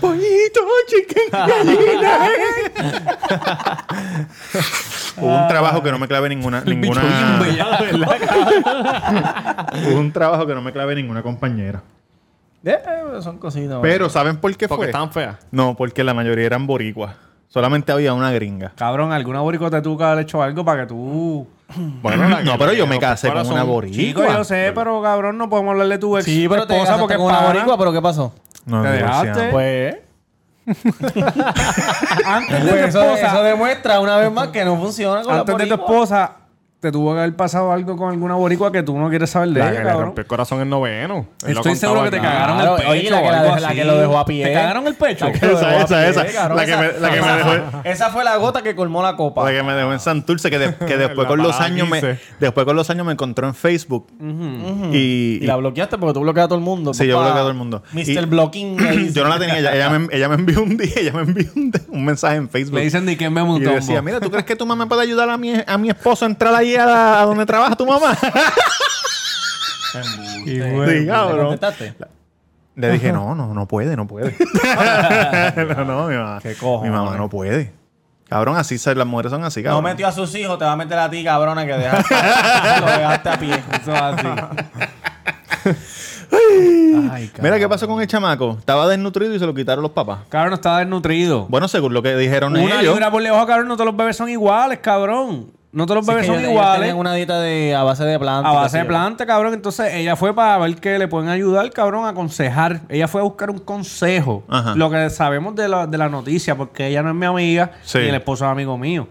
A: Pollito, chicken, gallina. eh. Hubo
I: Ah.
A: un trabajo que no me clave ninguna... ninguna Hubo un trabajo que no me clave ninguna compañera.
C: Eh, son cositas.
A: Pero ¿saben por qué
B: Porque
A: fue?
B: estaban feas.
A: No, porque la mayoría eran boricuas. Solamente había una gringa.
G: Cabrón, alguna boricua te tuvo que haber hecho algo para que tú...
A: Bueno, no, pero yo me casé con
B: Ahora
A: una
B: son
G: Chico,
A: boricua.
G: yo sé, pero cabrón, no podemos hablarle de tu ex
C: sí, pero te
G: esposa
C: casaste
G: porque es
C: con una
G: pana.
C: boricua, pero ¿qué pasó?
A: No,
G: Te
A: divorciamos.
G: dejaste.
C: Pues,
G: Antes de tu
C: eso, eso
G: esposa,
C: demuestra una vez más que no funciona con
G: antes
C: la
G: de tu esposa, te tuvo que haber pasado algo con alguna boricua que tú no quieres saber de
B: La
G: ella,
B: que le
G: cabrón.
B: rompió el corazón en noveno. Él lo
G: Estoy seguro que
B: contaba
G: te
B: acá.
G: cagaron
C: Claro,
G: el pecho.
C: oye, la que
G: o
C: la
G: algo
C: dejó- la
G: así.
C: que lo dejó a pie.
G: ¿Te cagaron el pecho?
A: que- Esa, esa, esa. La que me- la que me dejó-
C: Esa fue la gota que colmó la copa.
A: La que me dejó en Santurce, que, de- que después
B: La
A: con los
B: parada
A: años me,
B: 15.
A: después con los años me encontró en Facebook. Y,
C: Y la bloqueaste porque tú bloqueas a todo el mundo.
A: Sí, yo
C: papá.
A: bloqueo a todo el mundo.
C: Mr.
A: Y-
C: Blocking. le dice.
A: yo no la tenía, ella, ella me, ella me envió un día, ella me envió un, un mensaje en Facebook.
G: Le dicen de que me
A: y
G: montó.
A: decía, mira, ¿tú crees que tu mamá puede ayudar a mi, a mi esposo a entrar ahí a, la- a donde trabaja tu mamá?
C: Sí,
A: Sí,
C: ¿Le
A: cabrón.
C: contestaste?
A: Le dije, no, no, no puede, no puede. no, no, mi mamá.
C: Qué cojones.
A: Mi mamá no puede. Cabrón, así se- las mujeres son así,
C: No
A: cabrón.
C: metió a sus hijos, te va a meter a ti, cabrona, que dejaste, lo dejaste a pie.
G: Eso es así. Ay,
A: Mira qué pasó con el chamaco. Estaba desnutrido y se lo quitaron los papás.
G: Cabrón, estaba desnutrido.
A: Bueno, según lo que dijeron
G: Una
A: ellos.
G: libra por lejos, cabrón. No todos los bebés son iguales, cabrón. No todos los
C: Sí,
G: bebés
C: que
G: son
C: ellos- ellos
G: iguales.
C: tenían una dieta de, a base de plantas.
G: A
C: qué
G: base
C: sé
G: de
C: yo.
G: planta, cabrón. Entonces ella fue para ver qué le pueden ayudar, cabrón, a aconsejar. Ella fue a buscar un consejo.
A: Ajá.
G: Lo que sabemos de la, de la noticia, porque ella no es mi amiga
A: Sí.
G: y el esposo es amigo mío.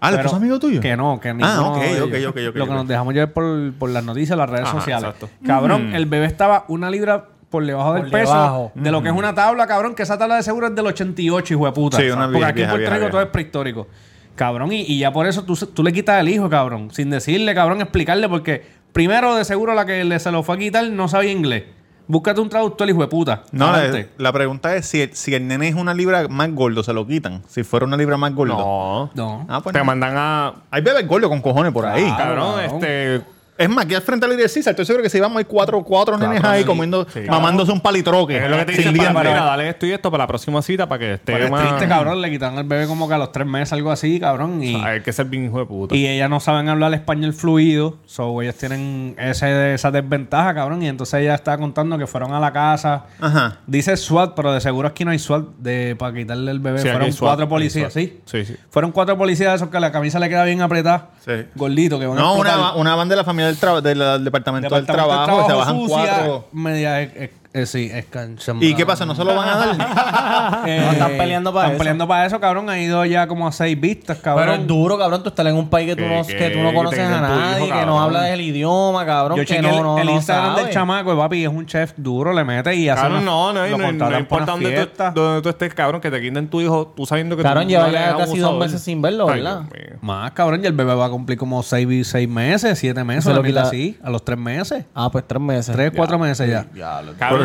A: Ah, ¿el
G: Pero
A: esposo es amigo tuyo?
G: Que no, que ninguno
A: Ah, ok,
G: de
A: ok,
G: ellos.
A: ok, ok,
G: Lo
A: ok.
G: que nos dejamos llevar por, por las noticias, las redes
A: Ajá,
G: sociales.
A: exacto.
G: Cabrón,
A: Mm.
G: el bebé estaba una libra por debajo del
A: Por
G: peso
A: debajo.
G: de lo que es una tabla, cabrón, que esa tabla de seguro es del 88, hijo de puta.
A: Mm. Sí, una
G: Porque
A: vieja,
G: aquí en
A: vieja,
G: Puerto Rico
A: vieja.
G: todo es prehistórico. Cabrón, y, y ya por eso tú, se- tú le quitas el hijo, cabrón. Sin decirle, cabrón, explicarle, porque primero de seguro la que le se lo fue a quitar no sabía inglés. Búscate un traductor, hijo de puta.
A: No, la,
G: Adelante.
A: la pregunta es si el, si el nene es una libra más gordo, se lo quitan. Si fuera una libra más gordo.
B: No.
G: No.
A: Ah, pues
B: Te
A: no.
B: mandan a.
A: Hay bebés gordos con cojones por ahí.
B: Cabrón, este.
A: Es más, aquí al frente del César, estoy seguro que si vamos hay cuatro, cuatro nenes
B: Cuatro
A: ahí
B: nenes.
A: comiendo,
B: Sí.
A: mamándose un palitroque.
B: Es lo que te
A: sin
B: dicen para,
A: dientes.
B: mira, dale esto y esto para la próxima cita para que esté
G: Porque es
B: más...
G: triste, cabrón. Le quitaron el bebé como que a los tres meses, algo así, cabrón. Y,
B: Hay que ser bien hijo de puta.
G: y ellas no saben hablar español fluido. So, ellas tienen ese, esa desventaja, cabrón. Y entonces ella está contando que fueron a la casa.
A: Ajá.
G: Dice SWAT, pero de seguro aquí no hay SWAT de, para quitarle el bebé.
B: Sí, aquí
G: fueron
B: hay SWAT,
G: cuatro
B: hay
G: policías,
B: SWAT.
G: ¿sí?
B: Sí, sí.
G: Fueron cuatro policías de esos que la camisa le queda bien apretada.
A: Sí.
G: Gordito, que van a
A: No,
G: explotar.
A: una, una van de la familia del, traba- de la- del departamento, del
G: Departamento de
A: trabajo, se bajan
G: sucia,
A: cuatro.
G: Media, eh, eh, sí, escanchonada.
A: ¿Y qué pasa? ¿No se lo van a dar?
G: Eh,
C: No, están peleando para
G: Están
C: eso.
G: peleando para eso, cabrón. Ha ido ya como a seis vistas,
C: Pero
G: cabrón.
C: es duro, cabrón, tú estás en un país que tú
B: Que-
C: no,
B: que
C: que tú no
B: te
C: conoces a
B: quiten tu hijo,
C: nadie, que
B: cabrón.
C: no hablas el idioma, cabrón,
G: Yo
C: que
G: chequeé
C: no, no,
G: el, el
C: no
G: Instagram del
C: sabes.
G: chamaco. El papi es un chef duro, le mete y hace
B: Cabrón,
G: unas-
B: no, no,
G: lo
B: no, no,
G: contratan para
B: importa
G: unas
B: dónde tú,
G: fiestas.
B: dónde tú estés, cabrón, que te quiten tu hijo, tú sabiendo que
C: Cabrón,
B: tú
C: lleva
B: eres
C: ya casi dos
B: abusador.
C: meses sin verlo,
B: Ay,
C: ¿verdad?
B: Dios mío.
G: Más, cabrón. Y el bebé va a cumplir como seis, seis meses, siete meses.
C: Se lo
G: una mierda
C: quita-
G: así, a los tres meses.
C: Ah, pues tres meses.
G: Tres, cuatro meses ya.
B: Cabrón,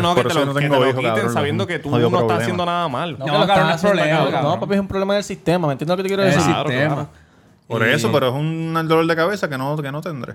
A: Por-
B: no,
A: por
B: que te
A: eso
B: lo,
A: no
B: que
A: tengo
B: te lo
A: hijos,
B: quiten
A: cabrón,
B: sabiendo
A: un
B: que tú no
A: jodido
B: estás
A: problema.
B: haciendo nada malo.
G: No, cabrón, no es problema, cabrón.
C: No, papi, es un problema del sistema, ¿me entiendes lo que te quiero
G: El
C: decir?
G: sistema.
A: Por eso, pero es un dolor de cabeza que no, que no tendré.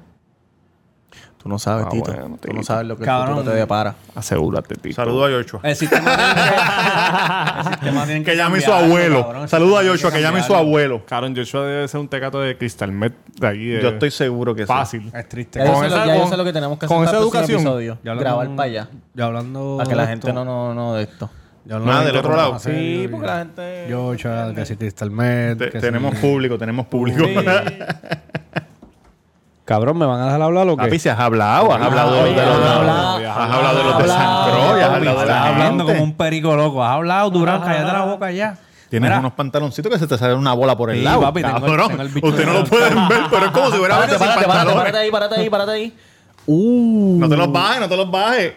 C: Tú no sabes,
B: Ah,
C: Tito.
B: bueno,
C: Tú
B: Tito.
C: no sabes lo que
G: Cabrón.
C: el futuro te depara.
B: Asegúrate, tío.
A: Saludo a Yoshua.
G: El sistema tiene que- el sistema tiene
A: Que llame su
G: cambiarlo, cabrón.
A: abuelo.
G: El
A: Saludo a
G: sistema
A: Yoshua, que
G: tiene
A: llame su
G: cambiarlo.
A: abuelo.
B: Cabrón, Joshua debe ser un tecato de Crystal Met de ahí. de-
A: Yo estoy seguro que sí.
B: Fácil.
G: Es triste.
C: Ya yo
G: cabrón.
C: sé lo-
B: esa-
C: ya yo
B: con-
C: sé lo que tenemos que hacer
B: con
C: para
B: esa
C: el próximo
B: educación.
C: episodio.
G: Ya
C: Grabar
G: hablando-
C: para allá.
G: Ya hablando.
C: Para que la
G: de
C: gente
G: esto.
C: no, no, no de esto.
G: Ya
A: Nada, del otro lado.
C: Sí, porque la gente-
G: Yocha, que si Crystal Met.
A: Te-
G: que si-
A: tenemos público, tenemos público.
G: Cabrón, ¿me van a dejar hablar o qué?
A: Papi, si has hablado, has hablado de los de los- has hablado de los de San Croix, has hablado de
G: Estás
A: la
G: hablando como
A: gente.
G: un perico loco. Has hablado,
C: Ah.
G: Durán, cállate la boca ya.
A: Tienes
G: Mira,
A: unos pantaloncitos que se te sale una bola por el
G: Sí,
A: lado.
G: papi, tengo el-
A: cabrón.
G: tengo el bicho
A: Usted no
G: de-
A: lo pueden ver, pero es como si hubiera
C: Párate,
A: sin
C: párate, párate,
A: pantalones.
C: párate ahí, párate ahí, párate ahí.
A: No te los bajes, no te los bajes.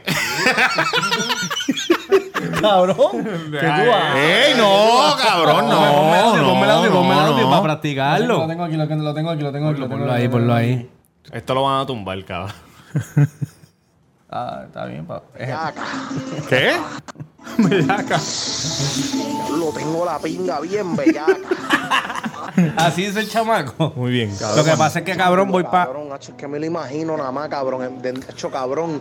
C: Cabrón. ¿Qué tú
G: Ah,
C: haces?
A: ¡Ey, no, cabrón!
G: Ponme el
A: No,
G: audio,
A: no,
G: ponme el audio, ponme el audio
A: no.
G: para practicarlo.
C: tengo aquí, lo que- lo tengo aquí, lo tengo aquí, lo
G: Ponlo ahí, ponlo ahí.
B: Esto lo van a tumbar, cabrón.
C: Ah, está bien, papá.
A: ¿Qué?
D: Lo tengo la pinga bien bellaca.
G: Así es el chamaco.
B: Muy bien, cabrón.
G: Lo que pasa es que, cabrón, voy pa...
D: Cabrón, hacho, es que me lo imagino nada más, cabrón. De hecho, cabrón,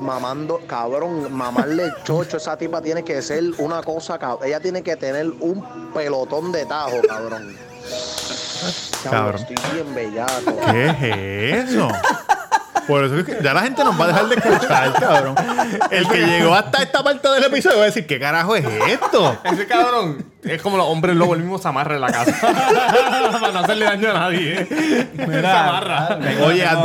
D: mamando, cabrón, mamarle el chocho. Esa tipa tiene que ser una cosa, cabrón. Ella tiene que tener un pelotón de tajo, cabrón.
A: Cabrón.
D: Estoy bien bellaco.
A: ¿Qué es eso? Por eso es que ya la gente nos va a dejar de escuchar, cabrón. El que llegó hasta esta parte del episodio va a decir, ¿qué carajo es esto?
B: Ese cabrón es como los hombres lobo, el mismo se amarra en la casa. Para no hacerle daño a nadie, ¿eh? se amarra.
A: Oye,
G: Tengo el puti, Tengo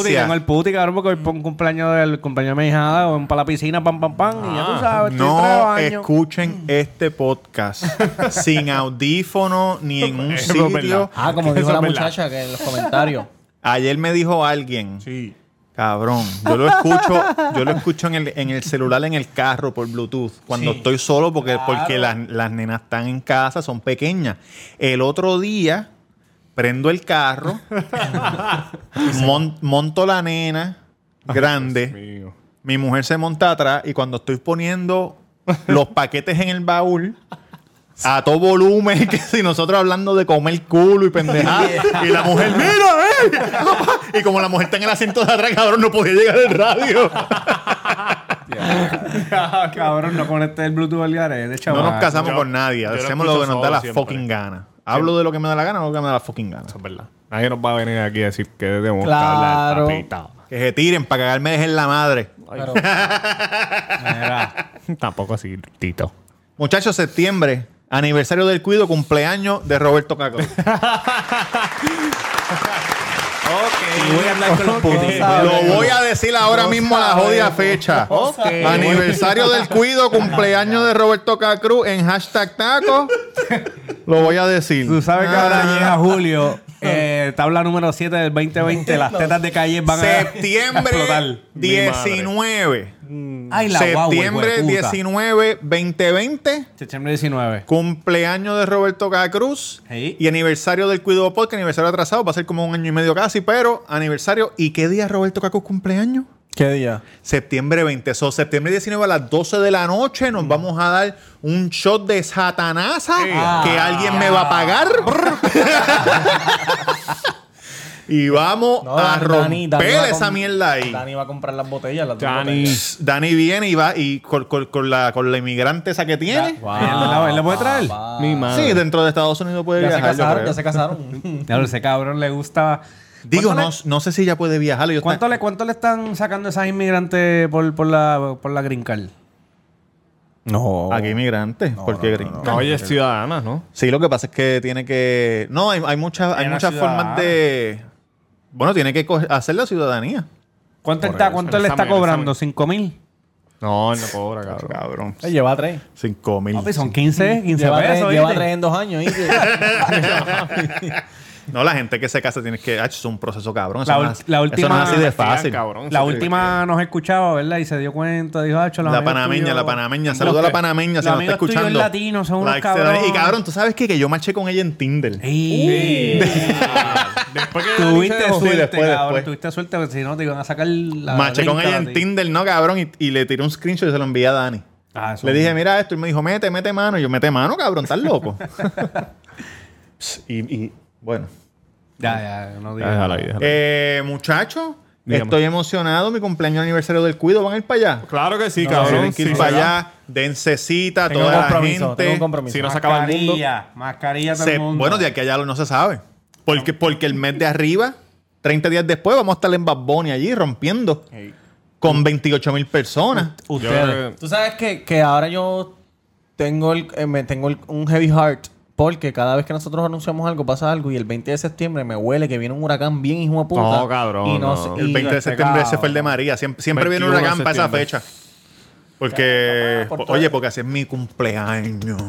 A: advertencia.
G: el puti, cabrón, porque hoy por un cumpleaños del cumpleaños de mi hijada, voy para la piscina, pam, pam, pam, y ya tú sabes, estoy
A: Ah, No
G: tres años.
A: escuchen este podcast sin audífono ni en un
B: Eso es verdad.
A: sitio.
C: Ah, como dijo
B: Eso
C: la
B: es verdad.
C: muchacha que en los comentarios.
A: Ayer me dijo alguien,
B: Sí.
A: cabrón, yo lo escucho, yo lo escucho en el, en el celular, en el carro, por Bluetooth, cuando estoy solo, porque, porque las, las nenas están en casa, son pequeñas. El otro día, prendo el carro, mon- monto la nena grande.
B: Mío.
A: Mi mujer se monta atrás y cuando estoy poniendo los paquetes en el baúl, a todo volumen, que si nosotros hablando de comer culo y pendejada, y la mujer, mira, eh, papá". y como la mujer está en el asiento de atrás, cabrón, no podía llegar el radio.
G: Ah, cabrón, no conecté el Bluetooth al garete,
A: No
G: chaval.
A: nos casamos
B: yo-
A: con nadie,
B: yo lo
A: hacemos lo que
B: escucho
A: nos da la
B: solo siempre.
A: fucking gana. Hablo de lo que me da la gana o lo que me da la fucking gana.
B: Eso es verdad. Nadie nos va a venir aquí a decir que debemos
C: Claro.
B: hablar, papita.
A: Que se tiren para cagarme dejen la madre.
C: Pero-
B: Tampoco así, Tito.
A: Muchachos, septiembre, aniversario del cuido, cumpleaños de Roberto Caco.
B: Y voy a hablar con los putis.
A: Lo voy a decir ahora mismo a la jodida fecha.
B: Ok.
A: Aniversario del cuido, cumpleaños de Roberto Cacruz en hashtag taco. Lo voy a decir. Ah,
G: Tú sabes que ahora llega julio, eh, tabla número 7 del 2020, las tetas de calle van a
A: Septiembre 19.
G: Ay, la guagua,
A: Septiembre
G: hijo de puta.
A: 19, 2020.
G: Septiembre 19.
A: Cumpleaños de Roberto Cacruz y aniversario del Cuido Podcast, que aniversario atrasado, va a ser como un año y medio casi, pero aniversario. ¿Y qué día Roberto Cacruz cumpleaños?
C: ¿Qué día?
A: Septiembre 20. So, septiembre 19 a las 12 de la noche nos vamos a dar un shot de satanasa que alguien me va a pagar. y vamos
C: No,
A: a
C: Dani- Dani-
A: romper
C: Dani va
A: esa
C: con-
A: mierda ahí.
C: Dani va a comprar las botellas. Las dos
A: Dani.
C: botellas.
A: Dani viene y va y con, con- con la, con la inmigrante esa que tiene.
G: ¿La, la puede traer?
C: Ah,
B: Ah.
G: Mi
A: Sí, dentro de Estados Unidos puede
G: Ya se
A: viajar. yo
G: casaron,
A: creo.
G: ya se
C: casaron.
G: Claro, ese cabrón le gusta.
A: Digo, no, no sé si ya puede viajar. Yo
G: ¿Cuánto le, ¿Cuánto le están sacando a esas inmigrantes por, por, la, por la Green Card?
A: No. Aquí inmigrantes. ¿Por qué gringo?
B: No, ella es ciudadana, ¿no?
A: Sí, lo que pasa es que tiene que. No, hay, hay muchas, hay
B: Era
A: muchas
B: ciudadana.
A: formas de. Bueno, tiene que co- hacer la ciudadanía.
G: ¿Cuánto, está, ¿cuánto le está cobrando? ¿5 mil?
B: No, no cobra, cabrón.
A: cabrón.
C: Eh, lleva tres.
A: 5 mil.
G: Papi, son 15, 15
C: lleva
G: pesos.
C: tres, lleva
G: ¿viste?
C: tres en dos años. ¿viste?
A: No, la gente que se casa tiene que. Ah, es un proceso cabrón. Eso,
G: La,
A: no,
G: ul-
A: es,
G: la
A: eso
G: última,
A: no es así de fácil.
G: la última nos escuchaba, ¿verdad? Y se dio cuenta, dijo, ah,
A: La panameña, la panameña. Saludos a la panameña si
G: la
A: nos está escuchando.
G: latinos son unos
A: Like, se da-
G: cabrones.
A: Y cabrón, tú sabes qué? que yo marché con ella en Tinder.
G: Sí.
B: Después
G: Tuviste
A: Sí,
G: suerte,
A: después,
G: cabrón.
A: después.
G: Tuviste suerte, porque si no te iban a sacar la.
A: Maché con
G: brinca
A: ella
G: a
A: en
G: ti.
A: Tinder, no, cabrón, y, y le tiré un screenshot y se lo envié a Dani.
G: Ah, eso
A: le dije,
G: es-
A: mira esto, y me dijo, mete, mete mano. Y yo, mete mano, cabrón, estás loco. Pss, y, y, bueno.
G: Ya, ya, no digas.
B: Déjala ahí, déjala ahí.
A: Eh, muchachos,
B: Dígame.
A: estoy emocionado. Mi cumpleaños aniversario del cuido, ¿van a ir para allá?
B: Claro que sí,
A: No,
B: cabrón.
A: tienen que ir
B: Sí,
A: para
B: ¿verdad?
A: allá, dense cita,
B: Tengo
A: toda
B: un
A: la
B: compromiso,
A: gente.
B: tengo un compromiso. Si no se acaba el mundo.
G: Mascarilla, mascarilla todo
A: Se-
G: el mundo.
A: bueno, de aquí a allá no se sabe. Porque, porque el mes de arriba, 30 días después, vamos a estar en Bad Bunny allí rompiendo. Con 28 mil personas.
G: Ustedes.
C: Tú sabes que, que ahora yo tengo, el, eh, me tengo el- un heavy heart porque cada vez que nosotros anunciamos algo pasa algo y el 20 de septiembre me huele que viene un huracán bien hijo de puta.
B: No, cabrón,
C: Y
B: no.
C: sé-
A: El
C: y-
A: 20 de septiembre ese fue el de María. Siempre, siempre viene un
B: 21 de
A: huracán para esa
B: septiembre.
A: fecha. Porque,
C: por
A: po-
C: todo.
A: oye, porque así es mi cumpleaños.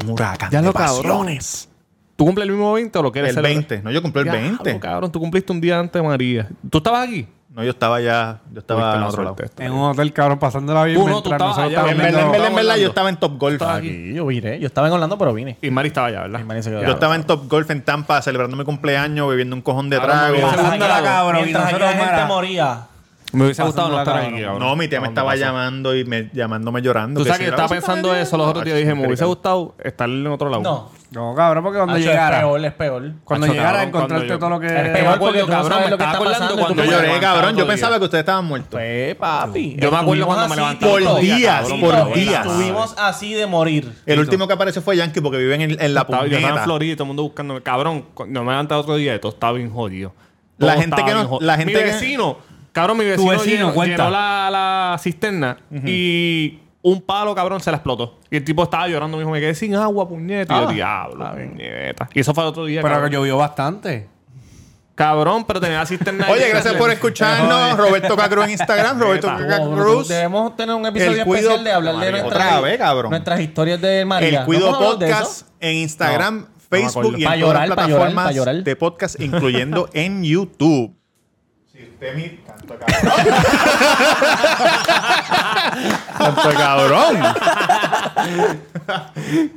A: Un huracán.
B: Ya
A: de
B: lo cabrón.
A: pasiones.
B: ¿Tú cumples el mismo 20 o lo quieres
A: El 20. No, yo cumplí el 20.
B: cabrón, tú cumpliste un día antes, María. ¿Tú estabas aquí?
A: No, yo estaba ya. Yo estaba
B: Tuviste
A: en
B: la
A: otro lado.
B: suerte.
G: En un hotel, cabrón, pasándola bien.
B: Tú no, tú
G: mientras
B: estabas
G: nosotros
B: allá,
A: En
G: estamos
A: verdad, en
G: viendo-
A: verdad, en verdad, yo
B: Orlando.
A: estaba en Top Golf.
C: Aquí yo iré. Yo estaba en Orlando, pero vine.
B: Y Mari estaba allá, ¿verdad?
C: Mari se quedó.
A: Yo estaba en Top Golf en Tampa celebrando mi cumpleaños, bebiendo un cojón de
B: Ahora me
A: trago.
B: voy a-
G: Pasándola, cabrón. y
C: Mientras aquí
G: nosotros
C: la gente
G: para-
C: moría.
B: Me hubiese gustado no
G: Pasándola,
B: estar
G: cabrón.
B: aquí, cabrón.
A: No, mi tía me
B: Cuando
A: estaba
B: pasó.
A: llamando y me, llamándome llorando.
B: Tú sabes
A: sí,
B: que yo
A: era-
B: estaba pensando eso los otros días. Dije, me hubiese gustado estar en otro lado.
C: No.
G: No, cabrón, porque cuando
C: Hacho, Ah, Es
G: llegara.
C: peor, es peor.
G: Cuando
B: Hacho,
G: llegara,
B: cabrón,
G: encontrarte
B: cuando
G: todo lo
I: Eh,
B: yo- Es
C: peor
G: que.
B: peor porque
C: porque
B: yo,
C: tú no
B: cabrón,
C: sabes
B: me
C: lo que
B: estaba
C: está
B: acordando
C: pasando y tú
B: cuando
A: Yo
C: no
B: me
A: lloré,
B: levanté
A: cabrón. Yo
B: otro día.
A: pensaba que ustedes estaban muertos.
B: Eh,
C: Pues, papi.
B: Yo me acuerdo
C: estuvimos
B: cuando me
C: así
B: levanté
C: todo-
A: por días, por
C: cabrón,
A: días.
C: Estuvimos así de morir.
A: El último que apareció fue Yankee porque viven en, en la
B: Estaba- yo estaba en
A: puñeta.
B: Florida y todo el mundo buscándome. Cabrón, cu- no me levanté otro día. Esto estaba bien jodido. Todo
A: La gente
B: estaba
A: que no-
B: bien jodido.
A: la gente
B: mi
A: que-
B: vecino, cabrón, mi vecino,
G: vecino,
B: llenó,
G: cuenta.
B: llenó la, la cisterna y un palo, cabrón, se la explotó. Y el tipo estaba llorando. Me dijo, me quedé sin agua, puñeta. Y yo,
C: Ah.
B: diablo, puñeta. Y eso fue el otro día,
G: Pero que
B: cabrón.
G: llovió bastante.
B: Cabrón, pero tenía la cisterna.
A: Oye,
B: ahí.
A: gracias por escucharnos. Roberto Cacruz en Instagram, Roberto
B: Neta.
A: Cacruz.
C: Debemos tener un
A: El
C: episodio
A: cuido-
C: especial de hablar de
A: María,
C: nuestras,
A: otra vez, cabrón.
C: nuestras historias de María.
A: El
C: ¿No
A: Cuido
C: podemos hablar de
A: Podcast
C: eso?
A: en Instagram, Facebook
B: acuerdo.
A: y en
C: Pa'
A: todas
C: llorar,
A: las
C: pa' llorar,
A: plataformas
C: pa' llorar.
A: de podcast, incluyendo en YouTube. Si usted me canto cabrón. canto cabrón.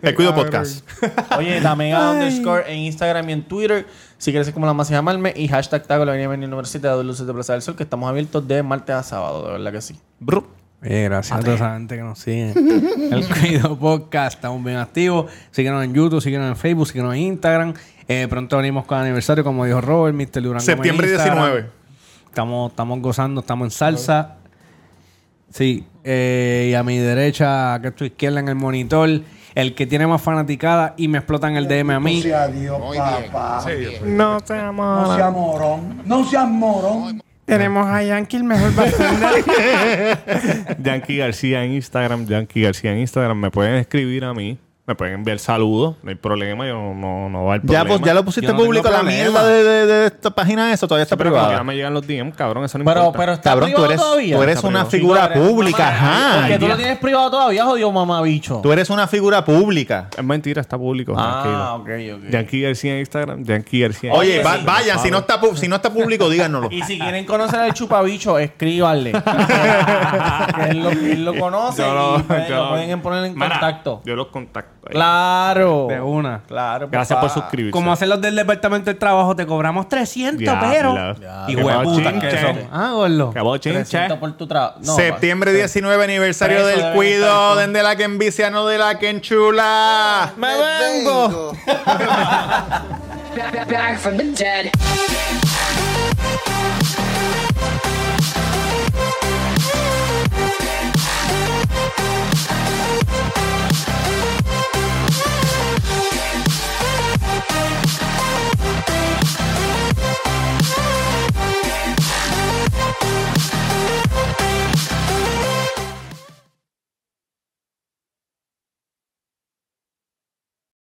A: El Cuido Podcast.
C: Oye, la mega underscore en Instagram y en Twitter. Si quieres es como la más llamarme. Y hashtag taco la avenida Menino número 7 de Luces de Plaza del Sol. Que estamos abiertos de martes a sábado. De verdad que sí.
B: Bru.
G: Eh, gracias a toda esa gente que nos sigue. El Cuido Podcast, estamos bien activos. Síguenos en YouTube, síguenos en Facebook, síguenos en Instagram. Eh, pronto venimos con aniversario, como dijo Robert, Mr. Durango. en
A: Septiembre
G: Instagram.
A: 19.
G: Estamos, estamos gozando, estamos en salsa. Sí, eh, y a mi derecha, que es tu izquierda en el monitor, el que tiene más fanaticada y me explotan el DM a mí.
L: Dios, papá. No seas morón. No seas morón.
I: Tenemos a Yankee, el mejor bartender.
B: Yankee García en Instagram, Yankee García en Instagram. Me pueden escribir a mí, me pueden enviar saludos, no hay problema, yo no, no, no va el
A: Ya,
B: problema.
A: pues, ya lo pusiste
B: Yo no
A: público
B: tengo
A: la
B: problema.
A: mierda de, de- de esta página, eso todavía está
B: Pero como que
A: privada.
B: ya me llegan los DM, cabrón, eso no
A: Pero-
B: importa.
A: pero está Cabrón, tú privado eres- todavía. tú eres
B: Está
A: una
B: privado.
A: figura
B: Sí, tú eres
A: pública,
B: una
A: ajá.
B: mamá.
A: Porque tú
C: ¿Tú lo tienes privado todavía, jodido mamabicho?
A: Tú eres una figura pública.
B: Es mentira, está público.
C: Ah,
B: tranquilo.
C: ok, ok.
B: Yankee García en Instagram, Yankee García. en
A: Oye, va-
B: Instagram.
A: vayan, si no está pu- si no está público, díganoslo.
C: Y si quieren conocer al chupabicho, escríbanle. que él lo, él lo conoce
B: Yo
C: y
B: lo-
C: pues,
B: yo
C: lo
B: lo-
C: pueden poner en
B: Mira,
C: contacto.
B: Yo los contacto. ahí.
C: Claro.
G: De una.
C: Claro.
B: Gracias por suscribirse.
G: Como hacen los del departamento del trabajo, te cobramos 300,
B: Diabla.
G: pero.
B: Diabla.
G: Y hueputas
B: Qué
G: que
B: bochinche.
G: son. Ah, gordo.
B: Qué bochinche.
C: 300 por tu trabajo.
A: Septiembre 19, aniversario
C: Preso
A: del
C: deben
A: cuido.
C: estar
A: Den de la que envicia, no de la que enchula. ¡Me vengo!
E: Back, back from the dead.